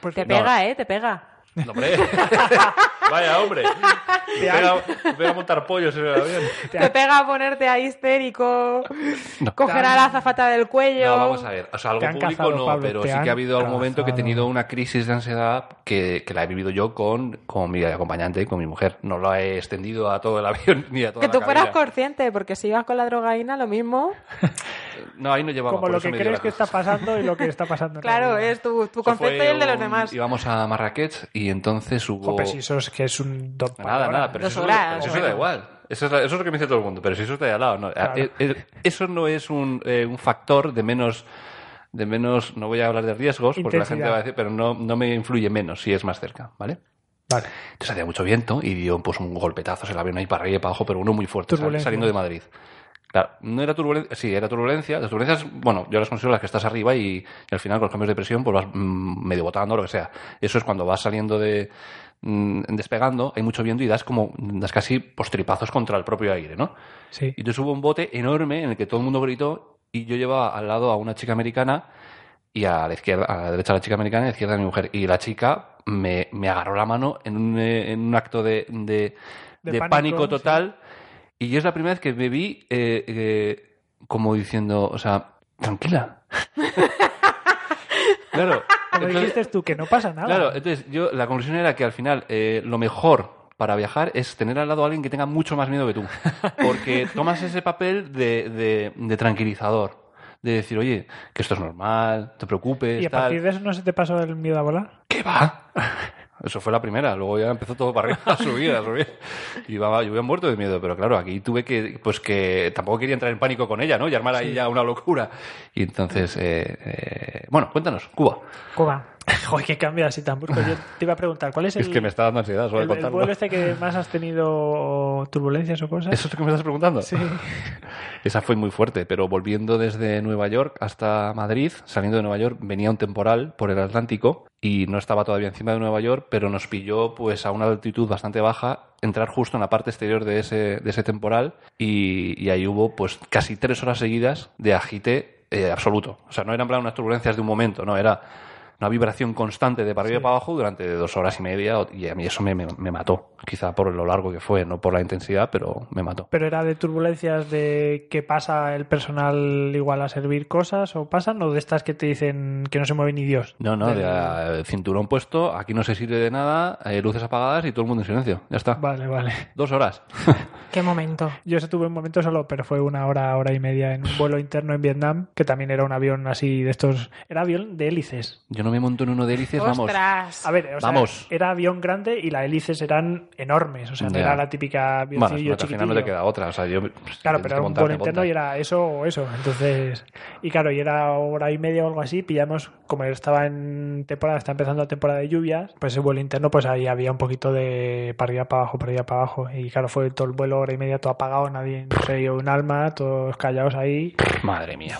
pues-
Te
No.
pega, ¿eh? Te pega.
No, hombre. Vaya, hombre. Voy a, montar pollos en el avión.
Te pega a ponerte ahí histérico,
[LAUGHS] No.
coger a la azafata del cuello.
No, vamos a ver. O sea, algo
Te han
público
cazado,
no,
Pablo,
pero
te
sí que
han
ha habido algún momento que he
cazado.
tenido una crisis de ansiedad que, que la he vivido yo con, con mi acompañante, con mi mujer. No lo he extendido a todo el avión [LAUGHS] ni a toda
Que
la
tú fueras
cabina.
consciente, porque si ibas con la drogaína, lo mismo.
No, ahí no llevaba.
como
por
lo
eso
que
me dio
crees
la
que
crisis.
está pasando y lo que está
[LAUGHS]
pasando. en
Claro,
realidad.
es tu, tu
Eso
concepto
fue
y el de los
un-
demás.
Íbamos a Marrakech y entonces hubo...
Jope, si eso es que es un... do-
Pues Nada, nada, pero,
Dos
eso,
horas,
pero eso
bueno.
da igual. Eso es, la- eso es lo que me dice todo el mundo, pero si eso está ahí al lado. No.
Claro.
Eh, eh, Eso no es un, eh, un factor de menos, de menos, no voy a hablar de riesgos, porque la gente
Intensidad.
va a decir, pero no, no me influye menos si es más cerca, ¿vale?
Vale.
Entonces hacía mucho viento y dio pues un golpetazo, se la avión ahí para arriba y para abajo, pero uno muy fuerte, sal-
Turbulencia.
saliendo de Madrid. Claro, no era turbulencia, sí, era turbulencia. Las turbulencias, bueno, yo las considero las que estás arriba y, y al final con los cambios de presión pues vas mm, medio botando o lo que sea. Eso es cuando vas saliendo de mm, despegando, hay mucho viento y das como das casi postripazos contra el propio aire, ¿no?
Sí.
Y entonces hubo un bote enorme en el que todo el mundo gritó y yo llevaba al lado a una chica americana y a la izquierda, a la derecha la chica americana y a la izquierda mi mujer. Y la chica me, me agarró la mano en un, eh, en un acto de, de-
De
de pánico,
pánico,
total. Y yo es la primera vez que me vi eh, eh, como diciendo, o sea,
[LAUGHS]
tranquila. claro.
Como
entonces-
dijiste tú, que no pasa nada.
Claro, entonces yo la conclusión era que al final eh, lo mejor para viajar es tener al lado a alguien que tenga mucho más miedo que
[LAUGHS]
tú. Porque tomas ese papel de, de- de tranquilizador. De decir, oye, que esto es normal, no te preocupes,
y a
tal.
partir de eso no se te pasó el miedo a volar.
¿Qué va? [LAUGHS] Eso fue la primera, luego ya empezó todo para arriba [LAUGHS] a subir, a subir. Y va, yo hubiera muerto de miedo, pero claro, aquí tuve que, pues que tampoco quería entrar en pánico con ella, ¿no? Y armar ahí ya una locura. Y entonces, eh, eh, bueno, cuéntanos, Cuba.
Cuba.
Joder, que cambia así tan brusco. Yo te iba a preguntar, ¿cuál es el,
Es que me está dando ansiedad solo de
el, el
contarlo.
vuelo este que más has tenido turbulencias o cosas?
¿Eso es lo que me estás preguntando?
Sí.
Esa fue muy fuerte, pero volviendo desde Nueva York hasta Madrid, saliendo de Nueva York, venía un temporal por el Atlántico y no estaba todavía encima de Nueva York, pero nos pilló pues a una altitud bastante baja, entrar justo en la parte exterior de ese, de ese temporal y, y ahí hubo pues casi tres horas seguidas de agite eh, absoluto. O sea, no eran en plan unas turbulencias de un momento, no, era... una vibración constante de para arriba y para abajo durante dos horas y media o- y a mí eso me, me- me mató. Quizá por lo largo que fue, no por la intensidad, pero me mató.
Pero era de turbulencias de que pasa el personal igual a servir cosas o pasan o de estas que te dicen que no se mueve ni Dios.
No, no,
Del-
de, ah, cinturón puesto, aquí no se sirve de nada, eh, luces apagadas y todo el mundo en silencio. Ya está.
Vale, vale.
Dos horas.
Qué momento.
Yo eso tuve un momento solo, pero fue una hora, hora y media en un vuelo interno en Vietnam, que también era un avión así de estos... Era avión de hélices.
Yo no me monto en uno de hélices, vamos.
¡Ostras!
A ver, o sea,
Vamos.
era avión grande y las hélices eran enormes. O sea, no
Ya.
era la típica
Bueno,
avioncillo
pues, al final no te
chiquitillo.
queda otra. O sea, yo, pues,
Claro,
tienes
pero
que
era un
montar,
vuelo
te
interno
montas.
y era eso o eso. Entonces, y claro, y era hora y media o algo así. Pillamos, como estaba en temporada, está empezando la temporada de lluvias, pues el vuelo interno, pues ahí había un poquito de para arriba, para abajo, para arriba, para abajo. Y claro, fue todo el vuelo, hora y media, todo apagado, nadie, no se oyó un alma, todos callados ahí.
[LAUGHS] Madre mía.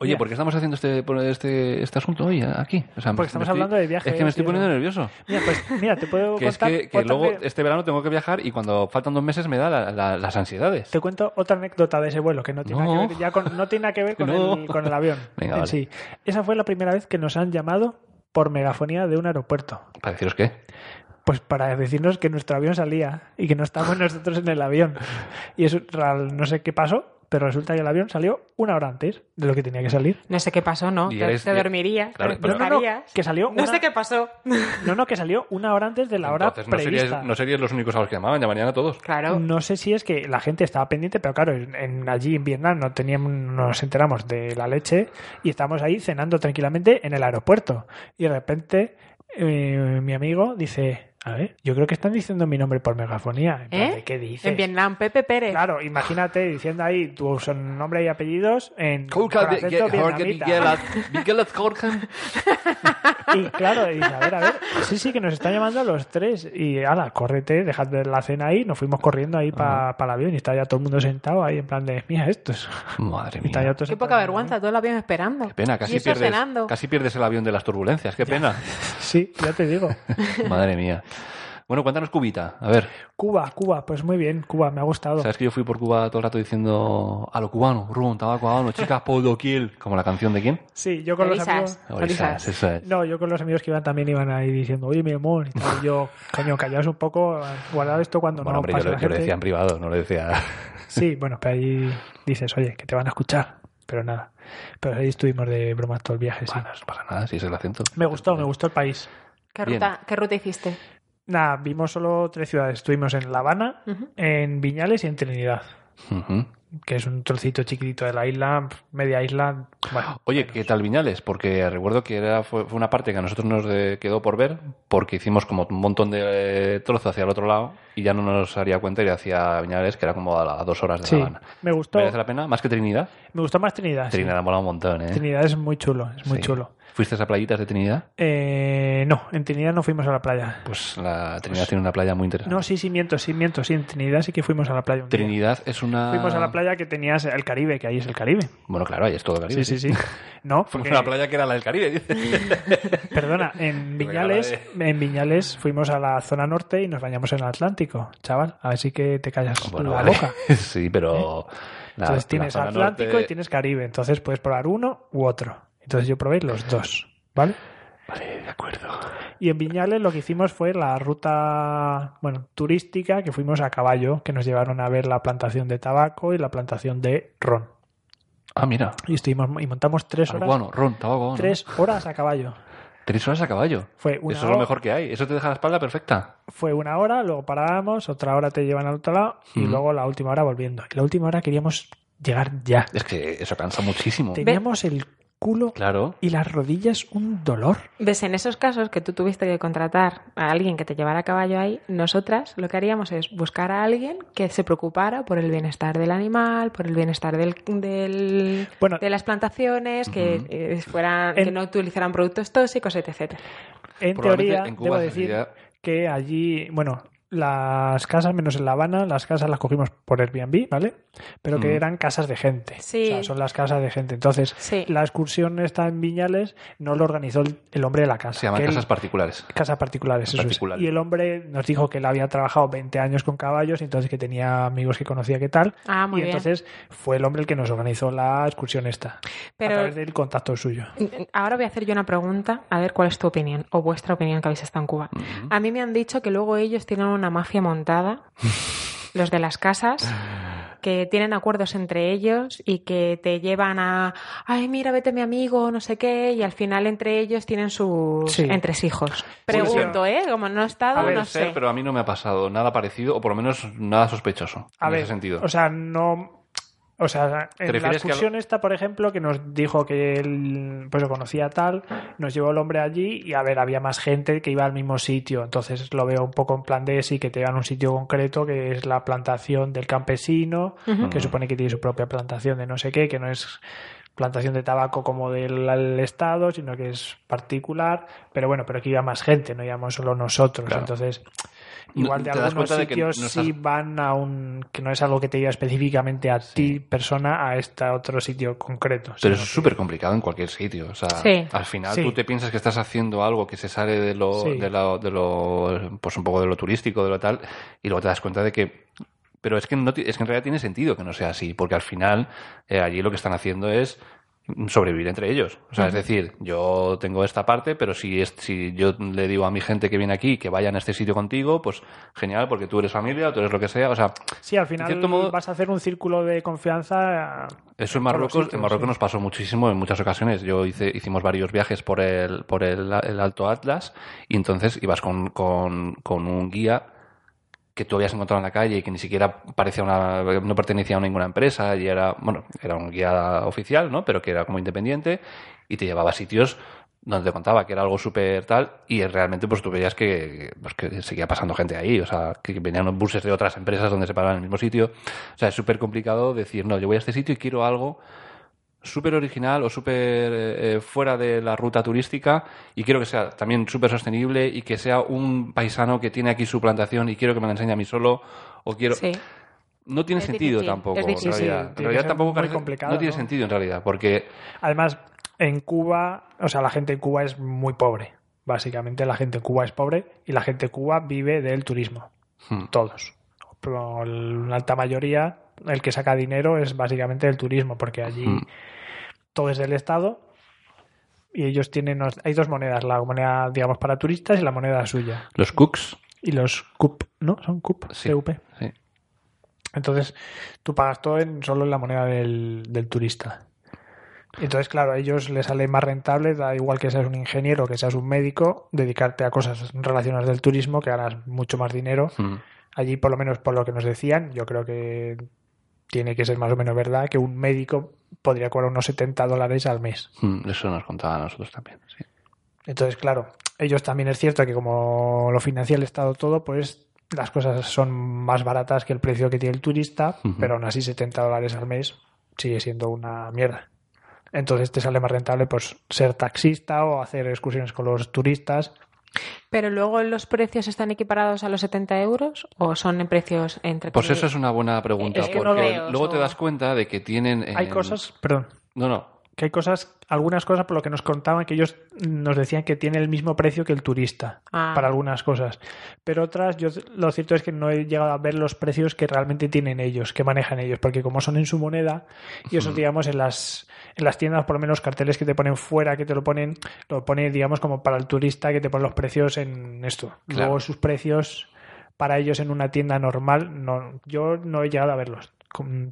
Oye,
Ya.
¿por qué estamos haciendo este, por este, este asunto hoy aquí? O sea, me
Porque estamos
estoy-
hablando de viajes
Es que me estoy
y
poniendo
eso.
nervioso.
Mira, pues mira, te
[LAUGHS]
puedo
Que es
contar.
que, que
otra
luego
ane-
este verano tengo que viajar y cuando faltan dos meses me da la- la- las ansiedades.
Te cuento otra anécdota de ese vuelo que no tiene
No.
nada que ver, ya con, no tiene nada
[LAUGHS]
que ver con,
No.
el, con el avión.
[LAUGHS] Venga,
en
vale.
sí. Esa fue la primera vez que nos han llamado por megafonía de un aeropuerto.
Para deciros qué.
Pues para decirnos que nuestro avión salía y que no
[LAUGHS]
estábamos nosotros en el avión. Y eso real- no sé qué pasó, pero resulta que el avión salió una hora antes de lo que tenía que salir.
No sé qué pasó, ¿no?
Y
Te,
eres-
te
y-
dormirías,
claro,
te
pero-
No, no, no,
despertarías.
que salió
No
una-
sé qué pasó.
No, no, que salió una hora antes de la hora
Entonces no
prevista.
seríais, no seríais los únicos a los que llamaban, llamarían a todos.
Claro.
No sé si es que la gente estaba pendiente, pero claro, en, en- allí en Vietnam no teníamos, no nos enteramos de la leche y estábamos ahí cenando tranquilamente en el aeropuerto. Y de repente eh, mi amigo dice, a ver, yo creo que están diciendo mi nombre por megafonía. En plan
¿Eh?
de, ¿Qué dices?
En Vietnam, Pepe Pérez.
Claro, imagínate diciendo ahí tu son- nombre y apellidos en con acento vietnamita. Y claro, y dice, a ver, a ver, sí, sí, que nos están llamando a los tres. Y ala, córrete, dejad de la cena ahí. Nos fuimos corriendo ahí para el avión y estaba ya todo el mundo sentado ahí en plan de, mira, estos.
Madre
Y estaba
mía.
ya todo
Qué
sentado
poca
en el
vergüenza, todo el avión esperando.
Qué pena,
y
casi
eso
pierdes,
cenando.
casi pierdes el avión de las turbulencias. Qué
[LAUGHS]
pena.
avión. Sí, ya te digo.
Madre mía. Bueno, cuéntanos Cubita. A ver,
Cuba, Cuba, pues muy bien, Cuba, me ha gustado.
¿sabes que yo fui por Cuba todo el rato diciendo a lo cubano, rum, tabaco, habano,
[LAUGHS]
chicas, polo, kill? Como la canción de quién?
Sí, yo con los
Orisas.
amigos.
Orisas.
eso es.
No, yo con los amigos que iban también iban ahí diciendo, oye, mi amor, y tal.
[LAUGHS]
Y yo, coño, callaos un poco, guardad esto cuando
Bueno,
no
hombre, yo,
pase
lo,
la
yo lo
gente.
decía en privado, no lo decía. [LAUGHS]
Sí, bueno, pero ahí dices, oye, que te van a escuchar, pero nada. Pero ahí estuvimos de bromas todo el viaje, sí.
No pasa nada, si es el acento.
Me gustó, me gustó el país.
¿Qué,
Bien.
ruta, ¿Qué ruta hiciste?
Nada, vimos solo tres ciudades. Estuvimos en La Habana,
Ujú.
en Viñales y en Trinidad,
Ujú.
que es un trocito chiquitito de la isla, pf, media isla. Bueno,
Oye, ¿qué tal Viñales? Porque recuerdo que era, fue, fue una parte que a nosotros nos eh, quedó por ver, porque hicimos como un montón de eh, trozo hacia el otro lado y ya no nos haría cuenta ir hacia Viñales, que era como a, la- a dos horas de
sí,
La Habana.
me gustó.
¿Merece la pena? ¿Más que Trinidad?
Me gustó más Trinidad. sí.
Trinidad mola un montón, ¿eh?
Trinidad es muy chulo, es muy
Sí.
chulo.
¿Fuiste a playitas de Trinidad?
Eh, no, en Trinidad no fuimos a la playa.
Pues la Trinidad tiene una playa muy interesante.
No, sí, sí, miento, sí, miento, sí, en Trinidad sí que fuimos a la playa. un día.
Trinidad es una...
Fuimos a la playa que tenías el Caribe, que ahí es el Caribe.
Bueno, claro, ahí es todo Caribe.
Sí, sí, sí. No,
[LAUGHS] Fuimos
porque,
a la playa que era la del Caribe, dice. [LAUGHS]
perdona, en Viñales, en Viñales fuimos a la zona norte y nos bañamos en el Atlántico, chaval. Así que te callas
Bueno,
la
vale.
boca.
[LAUGHS]
¿Eh?
sí, pero... la-
Entonces
[LAUGHS] la
tienes
zona
Atlántico
norte-
y tienes Caribe. Entonces puedes probar uno u otro. Entonces yo probé los dos, ¿vale?
Vale, de acuerdo.
Y en Viñales lo que hicimos fue la ruta, bueno, turística que fuimos a caballo, que nos llevaron a ver la plantación de tabaco y la plantación de ron.
Ah, mira.
Y estuvimos y montamos tres
Al
horas,
guano, ron, tabaco, guano.
tres horas a caballo.
Tres horas a caballo.
Fue una
Eso es lo
hora-
mejor que hay. Eso te deja la espalda perfecta.
Fue una hora, luego parábamos, otra hora te llevan al otro lado y
Ujú.
luego la última hora volviendo. Y la última hora queríamos llegar ya.
Es que eso cansa muchísimo.
Teníamos el culo
Claro.
y las rodillas un dolor.
Ves, en esos casos que tú tuviste que contratar a alguien que te llevara a caballo ahí, nosotras lo que haríamos es buscar a alguien que se preocupara por el bienestar del animal, por el bienestar del, del-
Bueno.
de las plantaciones, que,
Ujú.
eh, fueran,
En-
que no utilizaran productos tóxicos, etc.
En
Probablemente
teoría,
en Cuba
debo decir
sería-
que allí, bueno, las casas, menos en La Habana, las casas las cogimos por Airbnb, ¿vale? Pero que
Mm.
eran casas de gente. O
Sí.
sea, son las casas de gente. Entonces,
Sí.
la excursión esta en Viñales no lo organizó el, el hombre de la casa.
Se llaman
que él-
casas particulares.
casas particulares, eso es.
Particulares.
Y el hombre nos dijo que él había trabajado 20 años con caballos y entonces que tenía amigos que conocía que tal.
Ah, muy
y
bien.
entonces fue el hombre el que nos organizó la excursión esta.
Pero-
a través del contacto suyo.
Ahora voy a hacer yo una pregunta, a ver cuál es tu opinión o vuestra opinión que habéis estado en Cuba. A mí me han dicho que luego ellos tienen una
[LAUGHS]
mafia montada, los de las casas, que tienen acuerdos entre ellos y que te llevan a, ay, mira, vete mi amigo, no sé qué, y al final entre ellos tienen sus
Sí.
entresijos.
Puede
Pregunto, ¿eh? Como no he estado,
Puede
no
ser,
sé.
pero Pues a mí no me ha pasado nada parecido, o por lo menos nada sospechoso
A
en
ver,
ese sentido.
o sea, no... O sea, en la
refieres que a lo-
excursión esta, por ejemplo, que nos dijo que él pues lo conocía tal, nos llevó el hombre allí y a ver, había más gente que iba al mismo sitio. Entonces lo veo un poco en plan de sí, que te llevan a un sitio concreto que es la plantación del campesino,
Ujú.
que supone que tiene su propia plantación de no sé qué, que no es plantación de tabaco como del al Estado, sino que es particular. Pero bueno, pero aquí iba más gente, no íbamos solo nosotros.
Claro.
Entonces,
No-
Igual de
te das
algunos
cuenta de que
sitios
no estás-
sí van a un... que no es algo que te lleva específicamente a ti, persona, a este otro sitio concreto.
Pero
sino
es súper complicado en cualquier sitio. O sea,
Sí.
al final
Sí.
tú te piensas que estás haciendo algo que se sale de lo,
Sí.
de lo, de lo- pues un poco de lo turístico, de lo tal, y luego te das cuenta de que. Pero es que, no, ti- es que en realidad tiene sentido que no sea así, porque al final eh, allí lo que están haciendo es sobrevivir entre ellos. O sea, es decir, yo tengo esta parte, pero si, es, si yo le digo a mi gente que viene aquí que vayan a este sitio contigo, pues genial, porque tú eres familia, o tú eres lo que sea. O sea,
que- Sí, al
en
final
cierto modo-
vas a hacer un círculo de confianza...
Eso en
todos Eh, los
Marruecos,
sitios,
en Marruecos
sí.
nos pasó muchísimo en muchas ocasiones. Yo hice, hicimos varios viajes por el, por el, el Alto Atlas y entonces ibas con, con, con un guía que tú habías encontrado en la calle y que ni siquiera parecía una, no pertenecía a ninguna empresa y era, bueno, era un guía oficial, ¿no? Pero que era como independiente y te llevaba a sitios donde te contaba que era algo súper tal y realmente pues tú veías que, pues, que seguía pasando gente ahí, o sea, que venían los buses de otras empresas donde se paraban en el mismo sitio. O sea, es súper complicado decir, no, yo voy a este sitio y quiero algo súper original o súper eh, eh, fuera de la ruta turística y quiero que sea también súper sostenible y que sea un paisano que tiene aquí su plantación y quiero que me la enseñe a mí solo o quiero...
Sí.
No tiene
Es
sentido
difícil,
tampoco,
es
en
difícil.
realidad.
Sí,
En
tiene que
realidad
ser
tampoco
muy
parece-
complicado,
no tiene
¿no?
sentido en realidad porque...
Además, en Cuba, o sea, la gente en Cuba es muy pobre. Básicamente la gente en Cuba es pobre y la gente en Cuba vive del turismo.
hmm,
todos. Pero la alta mayoría, el que saca dinero es básicamente el turismo, porque allí
Mm.
todo es del Estado y ellos tienen. unos- Hay dos monedas, la moneda, digamos, para turistas y la moneda suya.
Los cooks...
Y los CUP, ¿no? Son CUP,
Sí.
CUP.
sí.
Entonces, tú pagas todo en, solo en la moneda del, del turista. Entonces, claro, a ellos les sale más rentable, da igual que seas un ingeniero, que seas un médico, dedicarte a cosas relacionadas del turismo, que ganas mucho más dinero
hmm.
allí por lo menos por lo que nos decían, yo creo que tiene que ser más o menos verdad que un médico podría cobrar unos 70 dólares al mes.
Mm, Eso nos contaba a nosotros también. sí.
Entonces, claro, ellos también es cierto que como lo financia el Estado todo, pues las cosas son más baratas que el precio que tiene el turista,
Ujú.
pero aún así 70 dólares al mes sigue siendo una mierda. Entonces te sale más rentable pues ser taxista o hacer excursiones con los turistas.
Pero luego los precios están equiparados a los 70 euros o son en precios entre...
Pues eso es una buena pregunta,
Es que no
porque
veo,
luego te
eso-
das cuenta de que tienen...
Hay
en-
cosas, perdón,
Eh, No, no.
que hay cosas, algunas cosas por lo que nos contaban que ellos nos decían que tiene el mismo precio que el turista
Ah.
para algunas cosas, pero otras yo lo cierto es que no he llegado a ver los precios que realmente tienen ellos, que manejan ellos, porque como son en su moneda y eso digamos en las en las tiendas por lo menos carteles que te ponen fuera que te lo ponen lo pone digamos como para el turista que te pone los precios en esto,
Claro.
luego sus precios para ellos en una tienda normal no yo no he llegado a verlos.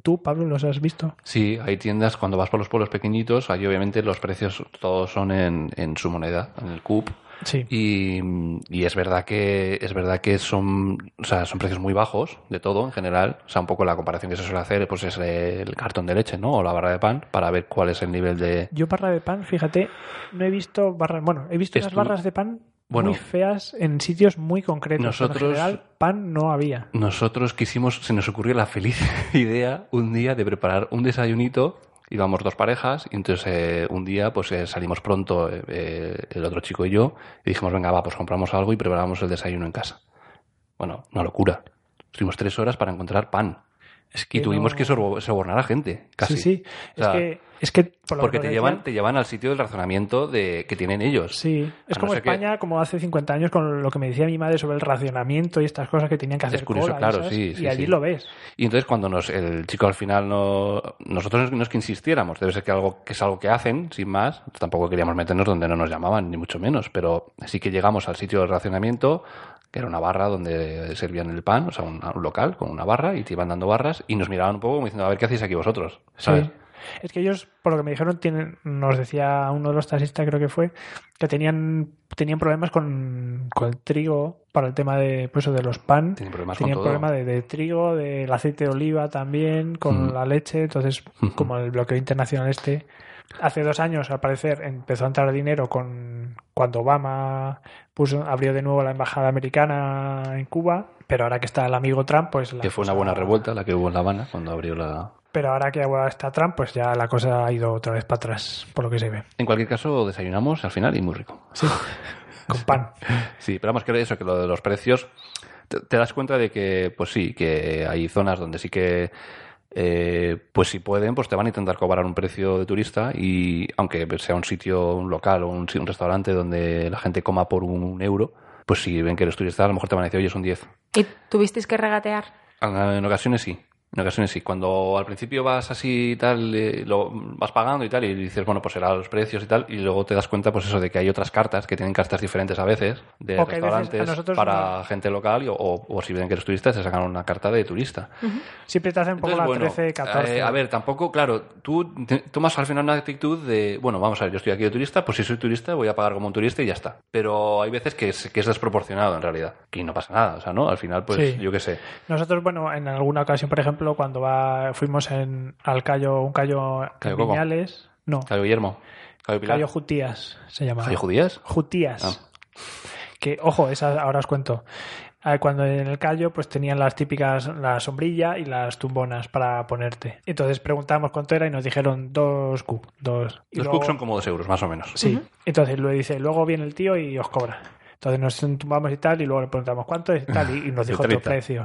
¿Tú, Pablo, los has visto?
Sí, hay tiendas cuando vas por los pueblos pequeñitos, ahí obviamente los precios todos son en, en su moneda, en el CUP.
Sí.
Y, y es verdad que es verdad que son, o sea, son precios muy bajos de todo en general. O sea, un poco la comparación que se suele hacer pues es el cartón de leche, ¿no? O la barra de pan para ver cuál es el nivel de
Yo barra de pan, fíjate, no he visto barras, bueno, he visto unas
Estu-
barras de pan
Bueno.
muy feas en sitios muy concretos.
Nosotros-
pero En general, pan no había.
Nosotros quisimos, se nos ocurrió la feliz [LAUGHS] idea un día de preparar un desayunito. Íbamos dos parejas y entonces eh, un día pues eh, salimos pronto eh, eh, el otro chico y yo y dijimos, venga, va, pues compramos algo y preparamos el desayuno en casa. Bueno, Bueno, una locura. Estuvimos tres horas para encontrar pan.
Es
Y tuvimos
no-
que sorbo- sobornar a gente, casi.
Sí, sí.
O sea,
es, que, es que por lo
Porque
que
te
nos
llevan,
decían-
te llevan al sitio del razonamiento de, que tienen ellos.
Sí, es
A no
como
ser que-
España, como hace 50 años, con lo que me decía mi madre sobre el racionamiento y estas cosas que tenían que hacer.
curioso,
cola y
claro,
esas,
sí, sí,
Y allí
sí.
lo ves.
Y entonces cuando nos, el chico al final no, nosotros no es que insistiéramos, debe ser que algo que es algo que hacen, sin más, tampoco queríamos meternos donde no nos llamaban, ni mucho menos, pero sí que llegamos al sitio del racionamiento, que era una barra donde servían el pan, o sea, un, un local con una barra, y te iban dando barras, y nos miraban un poco como diciendo, a ver qué hacéis aquí vosotros, ¿sabes?
Sí. Es que ellos, por lo que me dijeron, tienen, nos decía uno de los taxistas, creo que fue, que tenían, tenían problemas con, con el trigo para el tema de, pues, eso de los pan.
Tienen problemas
Tenían
con todo.
problemas de, de trigo, del aceite de oliva también, con
Mm.
la leche. Entonces,
Ujú.
como el bloqueo internacional este, hace dos años, al parecer, empezó a entrar dinero con cuando Obama puso, abrió de nuevo la embajada americana en Cuba. Pero ahora que está el amigo Trump, pues... la
Que fue una
cosa-
buena revuelta la que hubo en La Habana cuando abrió la...
pero ahora que ahora está Trump, pues ya la cosa ha ido otra vez para atrás, por lo que se ve.
En cualquier caso, desayunamos al final y muy rico.
Sí. Con
[LAUGHS]
pan.
Sí, pero vamos que eso, que lo de los precios, te, te das cuenta de que, pues sí, que hay zonas donde sí que, eh, pues si pueden, pues te van a intentar cobrar un precio de turista y aunque sea un sitio, un local o un, si- un restaurante donde la gente coma por un euro, pues si ven que eres turista, a lo mejor te van a decir, oye, es un 10.
¿Y tuvisteis que regatear?
Ah, En ocasiones sí. En ocasiones sí. Cuando al principio vas así y tal, eh, lo vas pagando y tal, y dices, bueno, pues será los precios y tal, y luego te das cuenta, pues eso, de que hay otras cartas que tienen cartas diferentes a veces, de
O que hay veces a
restaurantes
nosotros
para
no-
gente local, y- o, o si ven que eres turista, te sacan una carta de turista.
Siempre te hacen un poco
Entonces,
la
bueno,
13, 14.
eh, a ver, tampoco, claro, tú te- tomas al final una actitud de, bueno, vamos a ver, yo estoy aquí de turista, pues si soy turista voy a pagar como un turista y ya está. Pero hay veces que es, que es desproporcionado en realidad, y no pasa nada, o sea, ¿no? Al final, pues
Sí.
yo qué sé.
Nosotros, bueno, en alguna ocasión, por ejemplo, cuando va, fuimos en, al callo, un callo,
Cayo
en
Coco.
Viñales. No,
Cayo Guillermo. Cayo Pilar. Ah.
callo Jutías se llama.
¿Hay judías?
Jutías. Que, ojo, esa ahora os cuento. Ah, Cuando en el callo, pues tenían las típicas, la sombrilla y las tumbonas para ponerte. Entonces preguntamos cuánto era y nos dijeron dos Q. Dos. Y
Los
luego-
cooks son como dos euros, más o menos.
Sí. Entonces lo dice, luego viene el tío y os cobra. Entonces nos tumbamos y tal, y luego le preguntamos cuánto es y tal, y, y
[LAUGHS]
nos
De
dijo otro
30.
precio.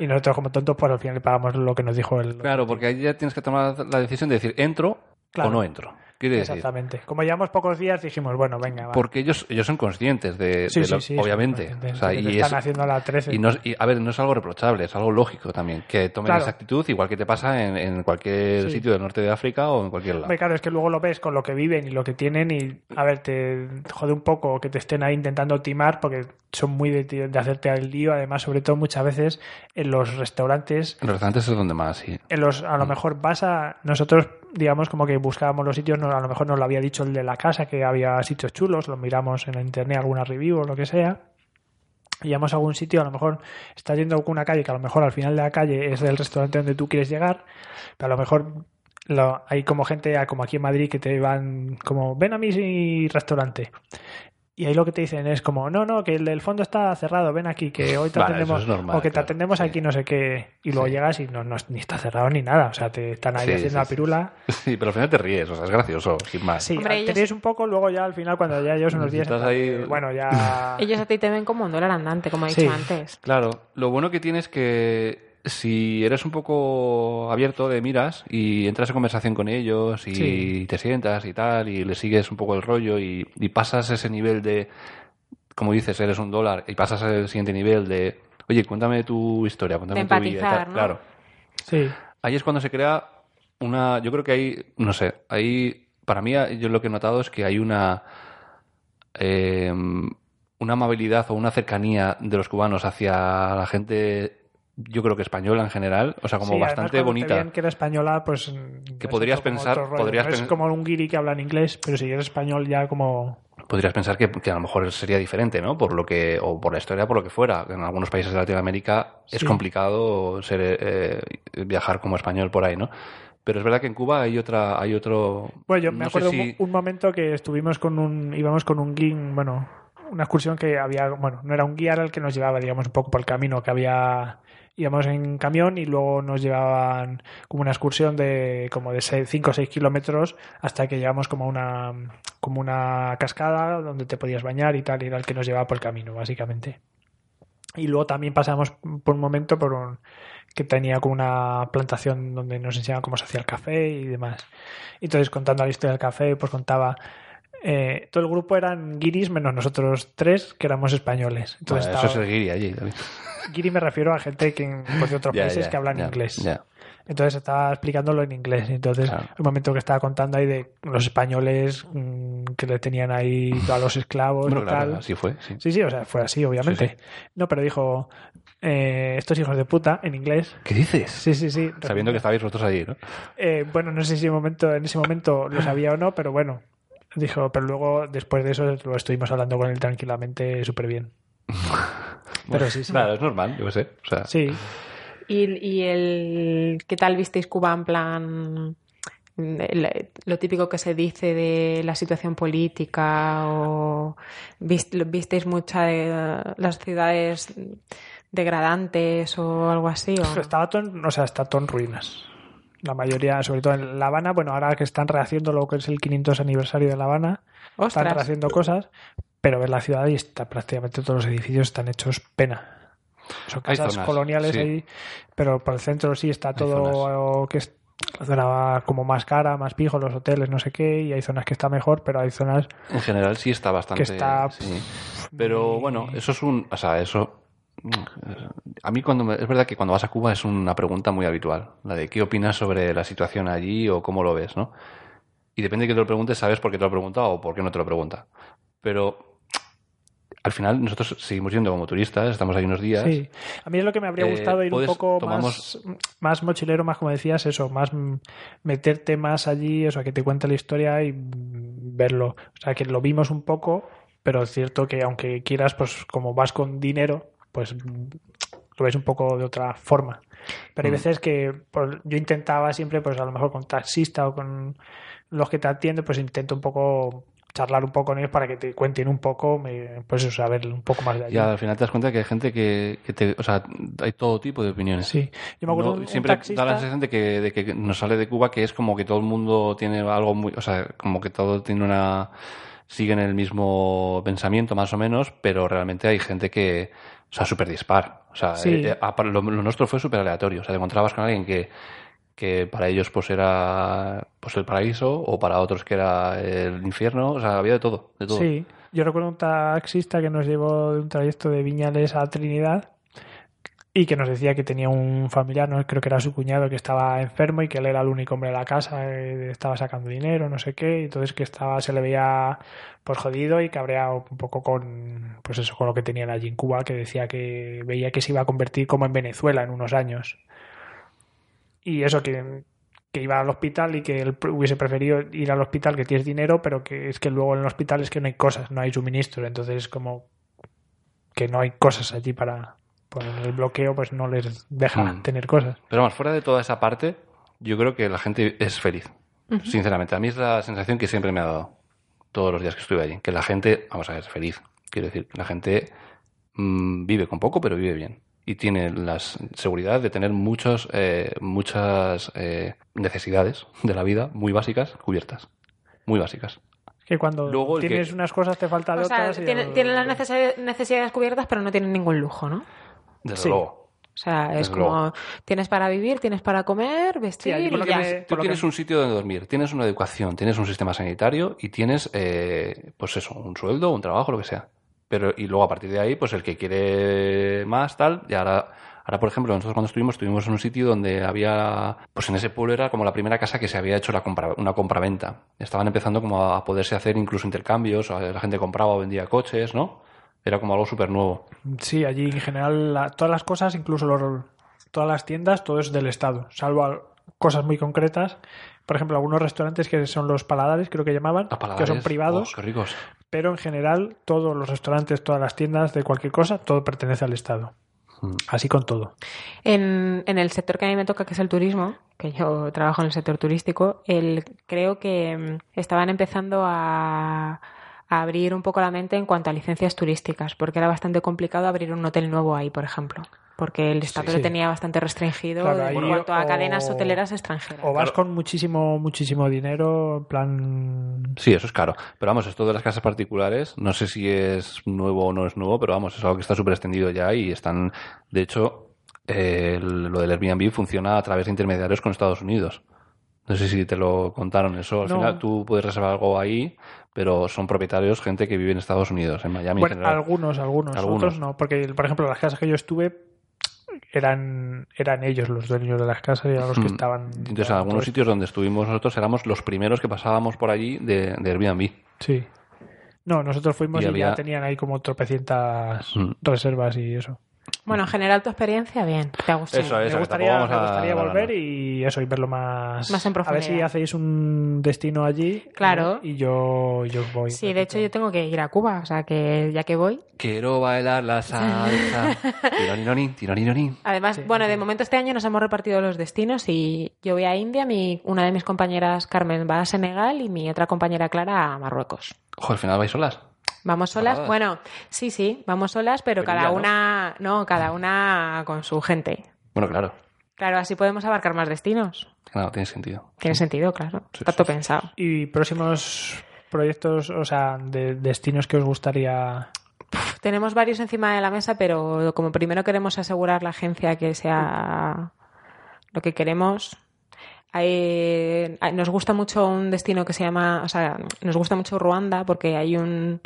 Y nosotros, como tontos, pues al final le pagamos lo que nos dijo el.
Claro, porque ahí ya tienes que tomar la decisión de decir, ¿entro
Claro.
o no entro? Quiere decir,
Exactamente. Como llevamos pocos días, dijimos, bueno, venga, va.
porque ellos, ellos son conscientes de,
Sí,
de
sí,
lo-
sí, es
obviamente.
importante.
O sea,
Que te
y,
están
es-
haciendo la 13.
y no es- y, a ver, no es algo reprochable, es algo lógico también, que tomen
Claro.
esa actitud igual que te pasa en, en cualquier
Sí.
sitio del norte de África o en cualquier lado.
Hombre, claro, es que luego lo ves con lo que viven y lo que tienen y, a ver, te jode un poco que te estén ahí intentando timar porque son muy de, de hacerte al lío. Además, sobre todo muchas veces en los restaurantes,
En los restaurantes es donde más, sí. [LAUGHS] Mm.
en los, a lo mejor vas a... Nosotros, digamos, como que buscábamos los sitios, no- a lo mejor nos lo había dicho el de la casa que había sitios chulos, los miramos en internet, alguna review o lo que sea. Y vamos a algún sitio, a lo mejor estás yendo a una calle que a lo mejor al final de la calle es el restaurante donde tú quieres llegar, pero a lo mejor lo- hay como gente, ah, como aquí en Madrid, que te van como, ven a mi restaurante. Y ahí lo que te dicen es como, no, no, que el del fondo está cerrado, ven aquí, que hoy te
Vale,
atendemos.
eso es normal,
o que te
claro,
atendemos
sí.
aquí, no sé qué. Y luego
Sí.
llegas y no, no, ni está cerrado ni nada. O sea, te están ahí
Sí,
haciendo
sí,
la
sí,
pirula.
Sí, pero al final te ríes, o sea, es gracioso, sin más.
Sí,
Hombre, ellos-
tenéis un poco, luego ya al final, cuando ya llevas unos días,
Estás
en plan
ahí-
de, bueno,
[LAUGHS]
ya.
Ellos a ti te ven como un dólar andante, como he dicho
Sí.
antes.
Claro, lo bueno que tienes que si eres un poco abierto de miras y entras en conversación con ellos y
Sí.
te sientas y tal y le sigues un poco el rollo y, y pasas ese nivel de, como dices, eres un dólar y pasas al siguiente nivel de, oye, cuéntame tu historia, cuéntame
De
tu vida. y tal".
empatizar, ¿no?
Claro
Sí,
ahí es cuando se crea una. Yo creo que hay, no sé, ahí. Para mí, yo lo que he notado es que hay una. eh, una amabilidad o una cercanía de los cubanos hacia la gente, yo creo que española en general, o sea, como
Sí, además,
bastante
cuando te
bonita.
veían que era española, pues. es
podrías
otro- como
pensar-
otro rollo.
podrías
No es
pen-
como un guiri que habla en inglés, pero si eres español, ya como.
podrías pensar que, que a lo mejor sería diferente, ¿no? Por lo que, o por la historia, por lo que fuera. En algunos países de Latinoamérica es
Sí.
complicado ser, eh, viajar como español por ahí, ¿no? Pero es verdad que en Cuba hay otra, hay otro.
Bueno, yo
no
me
sé
acuerdo un-
si-
un, momento que estuvimos con un, íbamos con un guin, bueno, una excursión que había, bueno, no era un guía, era el que nos llevaba, digamos, un poco por el camino, que había, íbamos en camión y luego nos llevaban como una excursión de como de 5 o 6 kilómetros hasta que llegamos como a una, como una cascada donde te podías bañar y tal, y era el que nos llevaba por el camino, básicamente. Y luego también pasamos por un momento por un que tenía como una plantación donde nos enseñaban cómo se hacía el café y demás. Entonces, contando la historia del café, pues contaba. eh, todo el grupo eran guiris menos nosotros tres, que éramos españoles. Entonces,
Bueno, eso
estaba-
es el guiri allí. David.
guiri me refiero a gente que, pues, de
[LAUGHS]
otros
Ya,
países
ya,
que hablan
ya,
inglés.
ya.
Entonces estaba explicándolo en inglés. Entonces,
Claro.
el momento que estaba contando ahí de los españoles mm, que le tenían ahí a los esclavos
Bueno,
y
claro,
tal.
así fue. Sí.
Sí, sí, o sea, fue así, obviamente.
Sí,
No, pero dijo, eh, estos hijos de puta, en inglés.
¿Qué dices?
Sí, sí, sí.
Sabiendo que estabais vosotros allí, ¿no?
Eh, bueno, no sé si en, momento, en ese momento lo sabía o no, pero bueno. Dijo, pero luego, después de eso, lo estuvimos hablando con él tranquilamente, súper bien. Pero sí, sí.
Claro, es normal, yo qué sé. O sea,
Sí,
¿Y, y el qué tal visteis Cuba en plan mm, el- lo típico que se dice de la situación política o vis- lo- visteis mucha de las ciudades degradantes o algo así o no?
Estaba todo, en- o sea, está todo en ruinas. La mayoría, sobre todo en La Habana, bueno, ahora que están rehaciendo lo que es el 500 aniversario de La Habana, están
ostras
rehaciendo cosas, pero ves la ciudad y está prácticamente todos los edificios están hechos pena. Son
Hay
casas
zonas,
coloniales
sí.
ahí, pero por el centro sí está todo
zonas.
que es zona como más cara, más pijo, los hoteles, no sé qué, y hay zonas que está mejor, pero hay zonas
en general sí está bastante.
Que está,
sí. Pero bueno, eso es un. O sea, eso. mm, A mí, cuando me- es verdad que cuando vas a Cuba es una pregunta muy habitual. La de qué opinas sobre la situación allí o cómo lo ves, ¿no? Y depende de que te lo preguntes, sabes por qué te lo pregunta o por qué no te lo pregunta. Pero al final, nosotros seguimos yendo como turistas, estamos ahí unos días.
Sí, a mí es lo que me habría
Eh,
gustado ir un
puedes-
poco
tomamos-
más, más mochilero, más como decías, eso, más mm, meterte más allí, eso, a que te cuente la historia y mm, verlo. O sea, que lo vimos un poco, pero es cierto que aunque quieras, pues como vas con dinero, pues mm, lo ves un poco de otra forma. Pero hay
Mm.
veces que pues, yo intentaba siempre, pues a lo mejor con taxista o con los que te atienden, pues intento un poco charlar un poco con ellos para que te cuenten un poco, me- pues eso, saber un poco más de allí.
Y al final te das cuenta que hay gente que, que te. O sea, hay todo tipo de opiniones.
Sí, yo me
¿eh?
acuerdo
No,
un- un
siempre
taxista-
da la sensación de que, de que nos sale de Cuba que es como que todo el mundo tiene algo muy, o sea, como que todo tiene una siguen el mismo pensamiento más o menos, pero realmente hay gente que, o sea, súper dispar. O sea,
Sí.
eh, eh, apa- lo, lo nuestro fue súper aleatorio. O sea, te encontrabas con alguien que, que para ellos pues era pues el paraíso o para otros que era el infierno. O sea, había de todo, de todo.
Sí, yo recuerdo un taxista que nos llevó de un trayecto de Viñales a Trinidad y que nos decía que tenía un familiar, no creo que era su cuñado, que estaba enfermo y que él era el único hombre de la casa, eh, estaba sacando dinero, no sé qué, y entonces que estaba se le veía pues jodido y cabreado un poco con pues eso con lo que tenían allí en Cuba, que decía que veía que se iba a convertir como en Venezuela en unos años. Y eso que que iba al hospital y que él pr- hubiese preferido ir al hospital que tienes dinero, pero que es que luego en el hospital es que no hay cosas, no hay suministros, entonces es como que no hay cosas allí para por el bloqueo pues no les deja
Mm.
tener cosas.
Pero vamos, fuera de toda esa parte, yo creo que la gente es feliz. Sinceramente, a mí es la sensación que siempre me ha dado todos los días que estuve allí. Que la gente, vamos a ver, es feliz. Quiero decir, la gente mm, vive con poco, pero vive bien. Y tiene la s- seguridad de tener muchos, eh, muchas eh, necesidades de la vida muy básicas cubiertas. Muy básicas.
Que cuando
Luego el que-
tienes unas cosas te falta de
o sea,
otras. y-
tienen, tienen las necesi- necesidades cubiertas pero no tienen ningún lujo no
Desde
Sí.
luego.
o sea es
Desde luego.
como tienes para vivir tienes para comer vestir
allí por
y
lo que
ya.
me-
Tú
por lo
tienes
que-
un sitio donde dormir, tienes una educación, tienes un sistema sanitario y tienes, eh, pues eso, un sueldo, un trabajo, lo que sea. Pero, y luego a partir de ahí, pues el que quiere más, tal, y ahora, ahora por ejemplo, nosotros cuando estuvimos, estuvimos en un sitio donde había, pues en ese pueblo era como la primera casa que se había hecho la compra, una compraventa. Estaban empezando como a poderse hacer incluso intercambios, o la gente compraba o vendía coches, ¿no? Era como algo súper nuevo.
Sí, allí en general la- todas las cosas, incluso los- todas las tiendas, todo es del Estado, salvo al- cosas muy concretas. Por ejemplo, algunos restaurantes que son los paladares, creo que llamaban,
A
que son
paladares,
privados.
oh, qué ricos.
pero en general todos los restaurantes, todas las tiendas de cualquier cosa, todo pertenece al Estado.
Mm.
Así con todo.
En, en el sector que a mí me toca, que es el turismo, que yo trabajo en el sector turístico, el, creo que mm, estaban empezando a, a abrir un poco la mente en cuanto a licencias turísticas, porque era bastante complicado abrir un hotel nuevo ahí, por ejemplo. porque el Estado
Sí.
lo tenía bastante restringido
Claro,
en
ahí
cuanto a
o-
cadenas hoteleras extranjeras.
O vas con muchísimo, muchísimo dinero, en plan...
Sí, eso es caro. Pero vamos, esto de las casas particulares, no sé si es nuevo o no es nuevo, pero vamos, es algo que está súper extendido ya y están. De hecho, eh, lo del Airbnb funciona a través de intermediarios con Estados Unidos. No sé si te lo contaron eso. Al
No.
final tú puedes reservar algo ahí, pero son propietarios, gente que vive en Estados Unidos, en Miami. en
Bueno,
general.
algunos, algunos,
Algunos.
otros no. Porque, por ejemplo, las casas que yo estuve eran, eran ellos los dueños de las casas y eran los que
Mm.
estaban...
Entonces, en algunos
pues,
sitios donde estuvimos nosotros éramos los primeros que pasábamos por allí de, de Airbnb.
Sí. No, nosotros fuimos
Y
y,
había-
ya tenían ahí como tropecientas
Mm.
reservas y eso.
Bueno, en general tu experiencia, bien, te ha gustado.
Eso es.
me
que
gustaría,
tampoco vamos
me
a
gustaría
hablar,
volver
¿no?
y eso, y verlo más...
Más en
A ver si
profundidad.
hacéis un destino allí. ¿eh?
Claro.
Y yo, yo voy.
Sí, de hecho yo tengo que ir a Cuba, o sea que ya que voy.
Quiero bailar la [LAUGHS] salsa. Tironinonín, tironinonín.
Además, bueno, de momento este año nos hemos repartido los destinos y yo voy a India, mi, una de mis compañeras Carmen va a Senegal y mi otra compañera Clara a Marruecos.
Ojo, al final vais solas.
Vamos solas,
Ah.
bueno, sí, sí, vamos solas, pero,
Pero ya,
cada
¿no?
una, ¿no? cada una con su gente.
Bueno, claro.
Claro, así podemos abarcar más destinos.
Claro, tiene sentido.
Tiene sentido, claro.
Sí,
Está
sí,
todo
sí,
pensado.
Y próximos proyectos, o sea, de destinos que os gustaría...
Pf, Tenemos varios encima de la mesa, pero como primero queremos asegurar la agencia que sea lo que queremos. hay- hay- nos gusta mucho un destino que se llama, o sea, nos gusta mucho Ruanda porque hay un,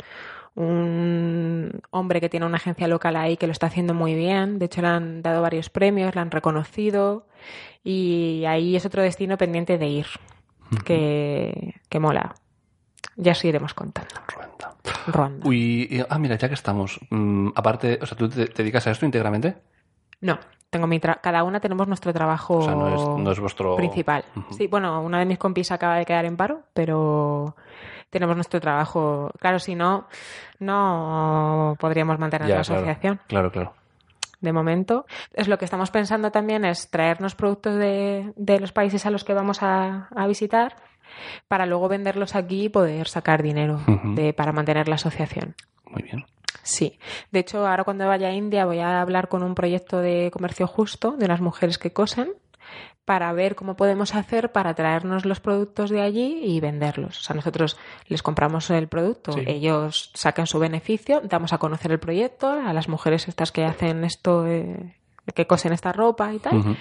un hombre que tiene una agencia local ahí que lo está haciendo muy bien. De hecho, le han dado varios premios, le han reconocido y ahí es otro destino pendiente de ir, que, que mola. Ya os iremos contando.
Ruanda.
Ruanda.
Uy, y- ah, mira, ya que estamos. mm, aparte, o sea, ¿tú te, te dedicas a esto íntegramente?
No, tengo mi tra- cada una tenemos nuestro trabajo
O sea, no es, no es vuestro.
Oh, principal. Sí, bueno, una de mis compis acaba de quedar en paro, pero tenemos nuestro trabajo. Claro, si no, no podríamos mantener
Ya,
la
claro.
asociación
Claro, claro.
de momento. Es lo que estamos pensando también es traernos productos de, de los países a los que vamos a, a visitar para luego venderlos aquí y poder sacar dinero
Ujú.
de- para mantener la asociación.
Muy bien.
Sí, de hecho ahora cuando vaya a India voy a hablar con un proyecto de comercio justo de unas mujeres que cosen para ver cómo podemos hacer para traernos los productos de allí y venderlos. O sea, nosotros les compramos el producto,
Sí.
ellos sacan su beneficio, damos a conocer el proyecto a las mujeres estas que hacen esto, eh, que cosen esta ropa y tal,
Ujú.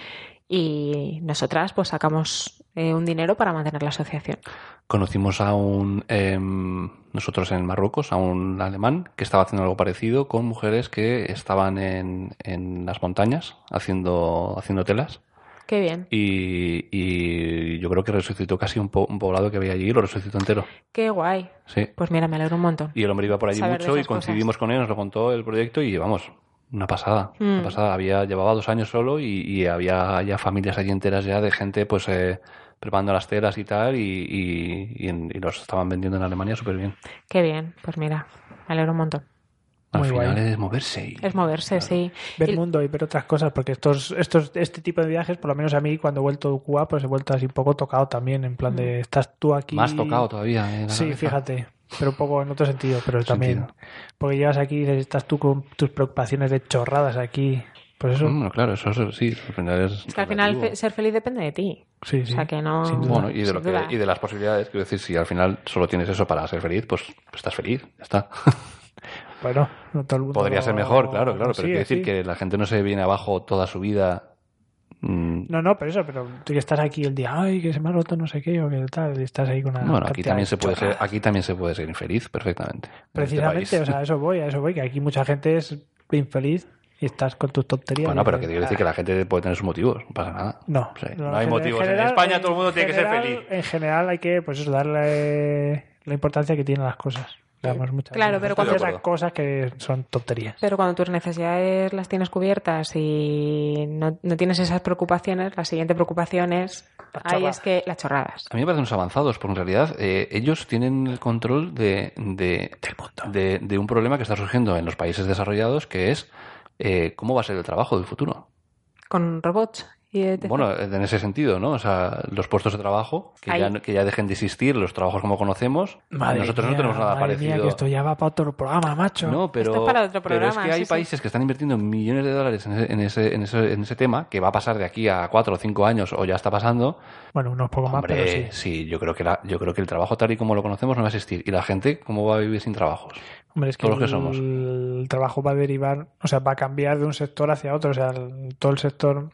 y nosotras pues sacamos eh, un dinero para mantener la asociación.
Conocimos a un. em, nosotros en Marruecos, a un alemán que estaba haciendo algo parecido con mujeres que estaban en, en las montañas haciendo, haciendo telas.
Qué bien.
Y, y yo creo que resucitó casi un, po- un poblado que había allí, lo resucitó entero.
Qué guay.
Sí.
Pues mira, me alegro un montón.
Y el hombre iba por allí
Saber de
mucho y
esas cosas.
coincidimos con él, nos lo contó el proyecto y vamos, una pasada, una
Mm.
pasada. Había, llevaba dos años solo y, y había ya familias allí enteras ya de gente pues eh, preparando las telas y tal y, y- y en- y los estaban vendiendo en Alemania súper bien.
Qué bien. Pues mira, me alegro un montón.
Al
Muy
final
guay.
es moverse y...
Es moverse, sí.
ver
Y-
mundo y ver otras cosas, porque estos, estos, este tipo de viajes, por lo menos a mí, cuando he vuelto de Cuba, pues he vuelto así un poco tocado también, en plan
Mm.
de estás tú aquí.
Más tocado todavía. eh, la
Sí,
cabeza.
fíjate, pero un poco en otro sentido, pero también.
Sentido.
Porque llegas aquí y dices, estás tú con tus preocupaciones de chorradas aquí. Pues eso,
Mm, Bueno, claro, eso es- sí, al final es...
Es que al final fe-
relativo.
ser feliz depende de ti.
sí, sí.
O sea que no.
Sin duda.
Bueno, y de,
sin
lo que,
duda.
y de las posibilidades, quiero decir, si al final solo tienes eso para ser feliz, pues estás feliz, ya está.
Bueno, no todo el mundo
Podría
lo-
ser mejor, claro, claro, pero
consigue,
quiero decir
sí.
que la gente no se viene abajo toda su vida. mm,
No, no, pero eso, pero tú que estás aquí el día, ay, que se me ha roto no sé qué, o que tal, y estás ahí con una.
bueno, aquí
cantidad
también
de
se puede ser,
chorradas.
aquí también se puede ser infeliz perfectamente. en este
Precisamente,
país.
o sea, a eso voy, a eso voy, que aquí mucha gente es infeliz y estás con tus tonterías.
bueno,
y
pero que
dices,
quiero decir que
"Ah".
la gente puede tener sus motivos, no pasa nada.
No,
Sí,
no,
no
en
hay
gen-
motivos. En
general-
España
en
todo el mundo tiene que ser
general-
feliz.
En general hay que, pues eso, darle la importancia que tienen las cosas. Damos muchas
Claro, pero
cuando-
esas cosas que son tonterías.
Pero cuando tus necesidades las tienes cubiertas y no, no tienes esas preocupaciones, la siguiente preocupación es.
Las
Ahí
chorradas.
es que las chorradas.
A mí me parecen unos avanzados, porque en realidad eh, ellos tienen el control de, de, de- de un problema que está surgiendo en los países desarrollados, que es eh, cómo va a ser el trabajo del futuro.
Con robots y etc.
Bueno, eh, en ese sentido, ¿no? O sea, los puestos de trabajo, que,
Ahí.
ya, no- que ya dejen de existir, los trabajos como conocemos,
Madre
nosotros
mía,
no tenemos nada
madre mía,
parecido.
que esto ya va para otro programa, macho.
No, pero,
Esto es para otro
pero es
programa,
que hay
sí, sí.
países que están invirtiendo millones de dólares en ese, en, ese, en, ese, en ese tema, que va a pasar de aquí a cuatro o cinco años, o ya está pasando.
Bueno, unos pocos más, pero sí.
Hombre, sí, yo creo que la- yo creo que el trabajo tal y como lo conocemos no va a existir. ¿Y la gente cómo va a vivir sin trabajos?
Hombre, es que,
Todos los que
el,
somos.
trabajo va a derivar, o sea, va a cambiar de un sector hacia otro. O sea, el- todo el sector,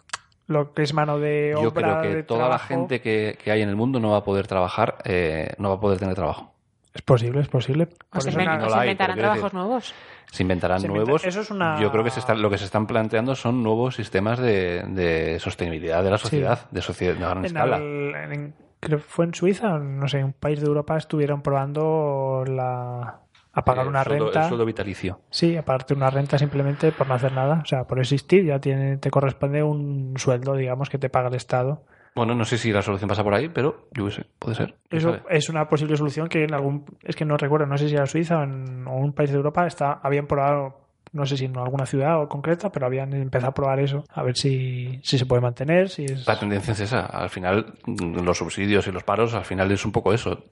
lo que es mano de obra.
Yo creo que
de
toda la
trabajo-
gente que, que hay en el mundo no va a poder trabajar, eh, no va a poder tener trabajo.
Es posible, es posible. Por
O se,
eso
inven-
una-
no
o
la
se
hay,
inventarán
pero quiero
trabajos nuevos.
Se inventarán
Se inventa-
nuevos.
eso es una-
Yo creo que se están, lo que se están planteando son nuevos sistemas de, de sostenibilidad de la sociedad, de sociedad de gran
en
escala.
al- en- creo que fue en Suiza, o no sé, en un país de Europa estuvieron probando la a pagar
Eh,
una
el sueldo-
renta.
el sueldo vitalicio.
Sí, aparte una renta simplemente por no hacer nada, o sea, por existir ya tiene, te corresponde un sueldo, digamos, que te paga el Estado.
Bueno, no sé si la solución pasa por ahí, pero yo qué sé, puede ser. ¿Quién
Eso
sabe?
es una posible solución que en algún, es que no recuerdo, no sé si era Suiza o en o un país de Europa, está, habían probado, no sé si en alguna ciudad o concreta, pero habían empezado a probar eso, a ver si, si se puede mantener, si es...
La tendencia es esa. Al final, mm, los subsidios y los paros, al final es un poco eso.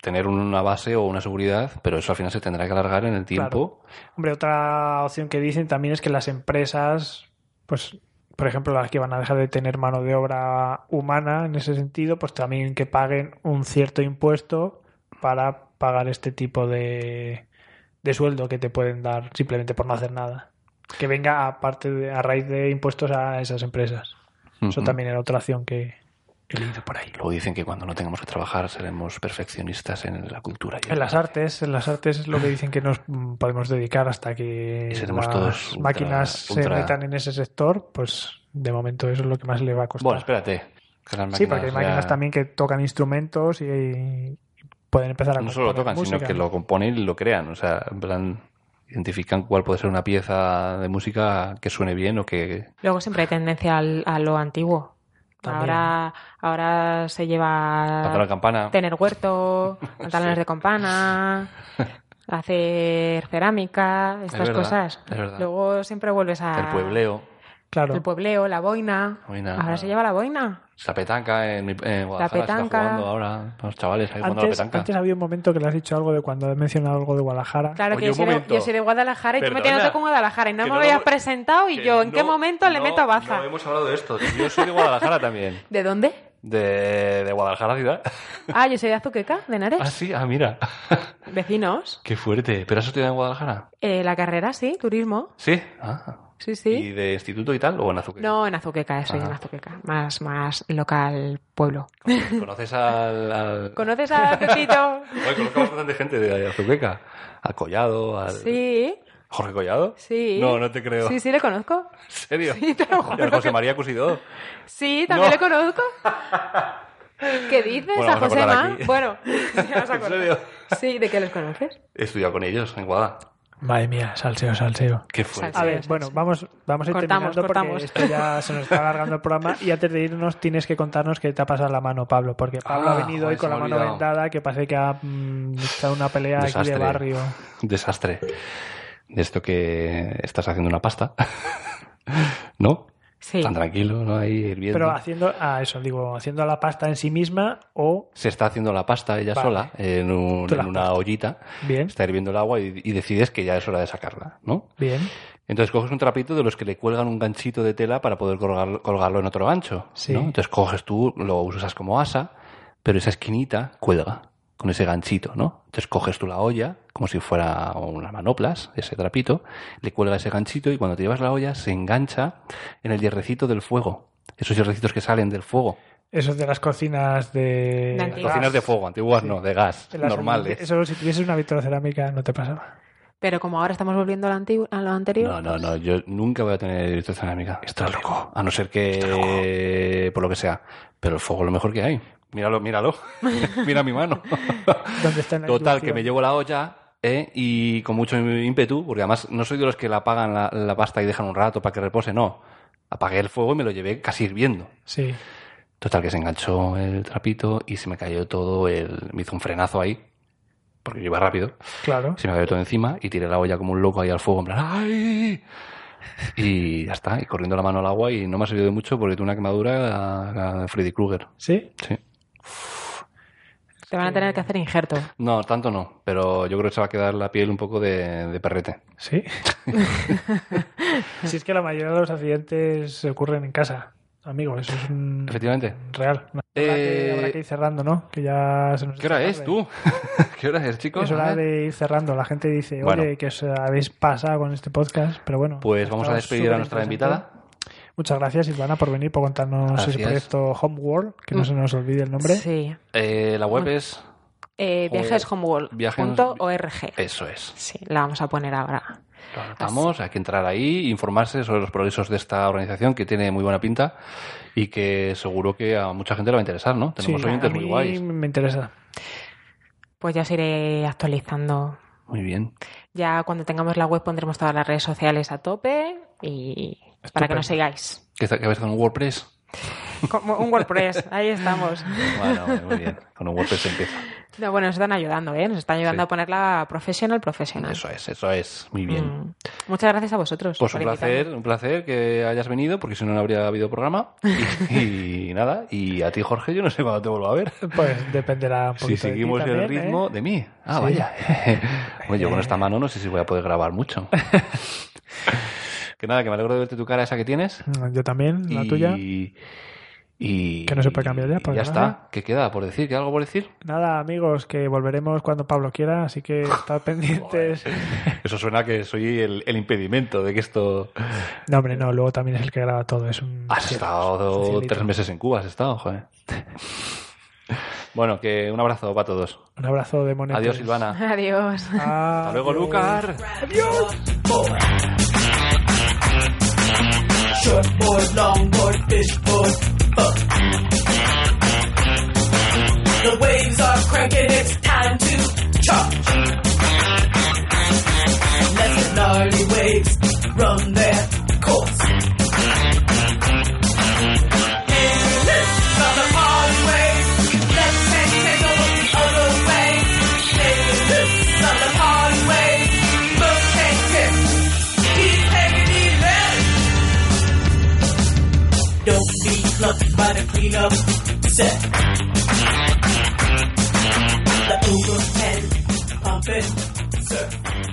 Tener una base o una seguridad, pero eso al final se tendrá que alargar en el tiempo.
Hombre, otra opción que dicen también es que las empresas, pues, por ejemplo, las que van a dejar de tener mano de obra humana en ese sentido, pues también que paguen un cierto impuesto para pagar este tipo de, de sueldo que te pueden dar simplemente por no hacer nada. Que venga a, parte de- a raíz de impuestos a esas empresas. Eso
Ujú.
también era otra opción que he leído por ahí.
Luego dicen que cuando no tengamos que trabajar seremos perfeccionistas en la cultura. y el
En las
arte.
artes, en las artes es lo que dicen que nos mm, podemos dedicar hasta que
Y
las
seremos todos ultra-
máquinas
ultra-
se metan en ese sector, pues de momento eso es lo que más le va a costar.
Bueno, espérate. que las
sí, porque hay
ya
máquinas también que tocan instrumentos y, y pueden empezar a
No solo lo
componer
tocan, sino
música.
que lo componen y lo crean. O sea, en plan, identifican cuál puede ser una pieza de música que suene bien o que.
Luego siempre hay tendencia al- a lo antiguo.
También.
Ahora, ahora se
cantar la
lleva
campana.
tener
[LAUGHS]
huerto, pantalones de campana, hacer cerámica, estas
verdad,
cosas.
es verdad.
Luego siempre vuelves a
El puebleo.
Claro,
el puebleo, la boina.
Boina.
Ahora se lleva la boina.
La petanca en, mi- en Guadalajara se está
petanca.
jugando ahora. Los chavales ahí jugando a la
antes,
petanca.
antes había un momento que le has dicho algo de cuando he mencionado algo de Guadalajara.
Claro
Oye,
que yo
un
soy, de,
momento.
yo soy de Guadalajara y tú
Perdona,
metiéndote con Guadalajara y
que
no me
no
lo habías
lo-
presentado y yo, ¿en qué momento le meto a baza?
No hemos hablado de esto. Yo soy de Guadalajara también.
¿De dónde?
De, de Guadalajara ciudad.
Ah, yo soy de Azuqueca, de Henares.
Ah, sí, ah, mira. [LAUGHS]
Vecinos.
Qué fuerte. ¿Pero has estudiado en Guadalajara?
Eh, la carrera, sí, turismo.
Sí. Ah.
Sí, sí.
¿Y de instituto y tal? ¿O en Azuqueca?
No, en Azuqueca, eh, soy
Ah.
en Azuqueca. Más, más local
[LAUGHS]
pueblo.
¿Conoces al...?
[LAUGHS]
al...
¿Conoces a Pepito?
Oye, conozco a bastante gente de Azuqueca. Al Collado, al...
Sí,
¿Jorge Collado?
sí.
No, no te creo.
Sí, sí, le conozco.
¿En serio?
Sí, te
¿Y
lo
al
juro
José
que-
María Cusidó?
Sí, también
No.
le conozco.
[LAUGHS]
¿Qué dices
Bueno,
a
vamos a
Josema?
cortar aquí.
Bueno, [LAUGHS] te vas a
¿En
cortar.
serio?
Sí, ¿de qué los conoces?
He estudiado con ellos en Guada.
Madre mía, salseo, salseo.
Qué fuerte.
A
Sí,
ver,
sí,
bueno,
sí.
vamos, vamos a ir
Cortamos,
terminando
cortamos.
porque esto ya
[LAUGHS]
se nos está alargando el programa y antes de irnos tienes que contarnos qué te ha pasado en la mano, Pablo, porque Pablo
Ah,
ha venido
joder,
hoy
se
con la
me ha
mano
olvidado.
vendada que parece que ha mm, echado una pelea
Desastre.
aquí de barrio.
desastre de esto que estás haciendo una pasta, [LAUGHS] ¿no?
Sí.
Tan tranquilo, ¿no? Ahí hirviendo.
Pero haciendo, ah, eso, digo, haciendo la pasta en sí misma o
Se está haciendo la pasta ella
Vale.
sola en, un-
Tú la
en una
pasta.
ollita.
bien,
Está hirviendo el agua y, y decides que ya es hora de sacarla, ¿no?
bien,
Entonces coges un trapito de los que le cuelgan un ganchito de tela para poder colgar- colgarlo en otro gancho.
Sí.
¿no? Entonces coges tú, lo usas como asa, pero esa esquinita cuelga con ese ganchito, ¿no? Entonces coges tú la olla, como si fuera una manoplas, ese trapito, le cuelga ese ganchito y cuando te llevas la olla se engancha en el hierrecito del fuego. Esos hierrecitos que salen del fuego.
eso de las cocinas de,
De
Las
antiguas.
cocinas de fuego, antiguas no, de gas,
de las-
normales.
Eso si tuvieses una vitrocerámica no te pasaba.
Pero como ahora estamos volviendo a lo, antigu- a lo anterior,
No, no, no, yo nunca voy a tener electricidad dinámica. Está loco. A no ser que por lo que sea. Pero el fuego es lo mejor que hay. Míralo, míralo. [LAUGHS] Mira mi mano.
¿Dónde está la
Total,
intuición?
que me llevo la olla ¿eh? y con mucho ímpetu, porque además no soy de los que la apagan la, la pasta y dejan un rato para que repose, no. Apagué el fuego y me lo llevé casi hirviendo.
Sí,
Total, que se enganchó el trapito y se me cayó todo el... Me hizo un frenazo ahí, porque yo iba rápido.
claro.
Se me cayó todo encima y tiré la olla como un loco ahí al fuego, en plan, ¡ay! Y ya está, y corriendo la mano al agua y no me ha servido de mucho porque tuve una quemadura a, a Freddy Krueger.
¿Sí?
Sí.
Te van a tener que hacer injerto.
No, tanto no, pero yo creo que se va a quedar la piel un poco de, de perrete.
[LAUGHS] ¿Sí? si es que la mayoría de los accidentes se ocurren en casa, amigo, eso es un...
Efectivamente.
real. Mm. Habrá,
Eh,
que, habrá que ir cerrando, ¿no? Que ya se nos
¿Qué hora
está
es
tarde.
tú? [LAUGHS] ¿Qué hora es, chicos?
Es hora de ir cerrando. La gente dice, oye,
Bueno.
que os habéis pasado con este podcast, pero bueno.
Pues
ha
vamos a
estado
despedir a nuestra
superinteresante.
invitada.
Muchas gracias, Silvana, por venir, por contarnos
Así
ese
es.
proyecto Homeworld, que no se nos olvide el nombre.
Sí.
Eh, la web es...
Eh,
Joder. Eh.
viajeshomeworld.org.
Eso es.
Sí, la vamos a poner ahora.
Lo anotamos, hay que entrar ahí, informarse sobre los progresos de esta organización que tiene muy buena pinta y que seguro que a mucha gente le va a interesar, ¿no? Tenemos
Sí,
oyentes
a
muy
mí
guays.
Me interesa.
Pues ya os iré actualizando.
Muy bien.
Ya cuando tengamos la web pondremos todas las redes sociales a tope y para
Estupendo.
que nos sigáis.
¿Qué está- qué habéis con un WordPress?
Como un
[LAUGHS]
WordPress, ahí estamos.
Bueno, muy
[LAUGHS]
bien. Con un WordPress se empieza.
No, bueno, nos están ayudando, ¿eh? Nos están ayudando
Sí.
a ponerla profesional, profesional.
Eso es, eso es. Muy bien.
Mm. Muchas gracias a vosotros.
Pues un
por invitarme.
placer, un placer que hayas venido, porque si no, no habría habido
[LAUGHS]
programa. Y, y nada, y a ti, Jorge, yo no sé cuándo te vuelvo a ver.
Pues dependerá
[LAUGHS]
un
Si
poquito de ti
seguimos el
también, ¿eh?
ritmo de mí. Ah,
Sí. [LAUGHS]
vaya. Oye, yo con esta mano no sé si voy a poder grabar mucho. que nada, que me alegro de verte tu cara esa que tienes.
Yo también, la tuya.
y-
Que no se puede cambiar ya, por
y ya
nada.
está. ¿Qué queda por decir? ¿Queda algo por
[LAUGHS]
decir?
Nada, amigos, que volveremos cuando Pablo quiera, así
[LAUGHS]
que estad pendientes.
Eso suena que soy el, el impedimento de que esto...
No, hombre, no, luego también es el que graba todo. Es un...
Has estado
socialito.
tres meses en Cuba, has estado,
[LAUGHS]
joder. Bueno, que un abrazo para todos.
Un abrazo de monedas.
Adiós, Silvana.
Adiós.
Hasta luego, Lucar.
Short board, long board, fish board, fuck. The waves are cranking, it's time to charge. Let the gnarly waves run their course. In from the party waves, let's take it over the other way. In from the party waves, let's take it. Keep taking it left. Don't be fluffed by the cleanup set. The Uber and pump it, surf.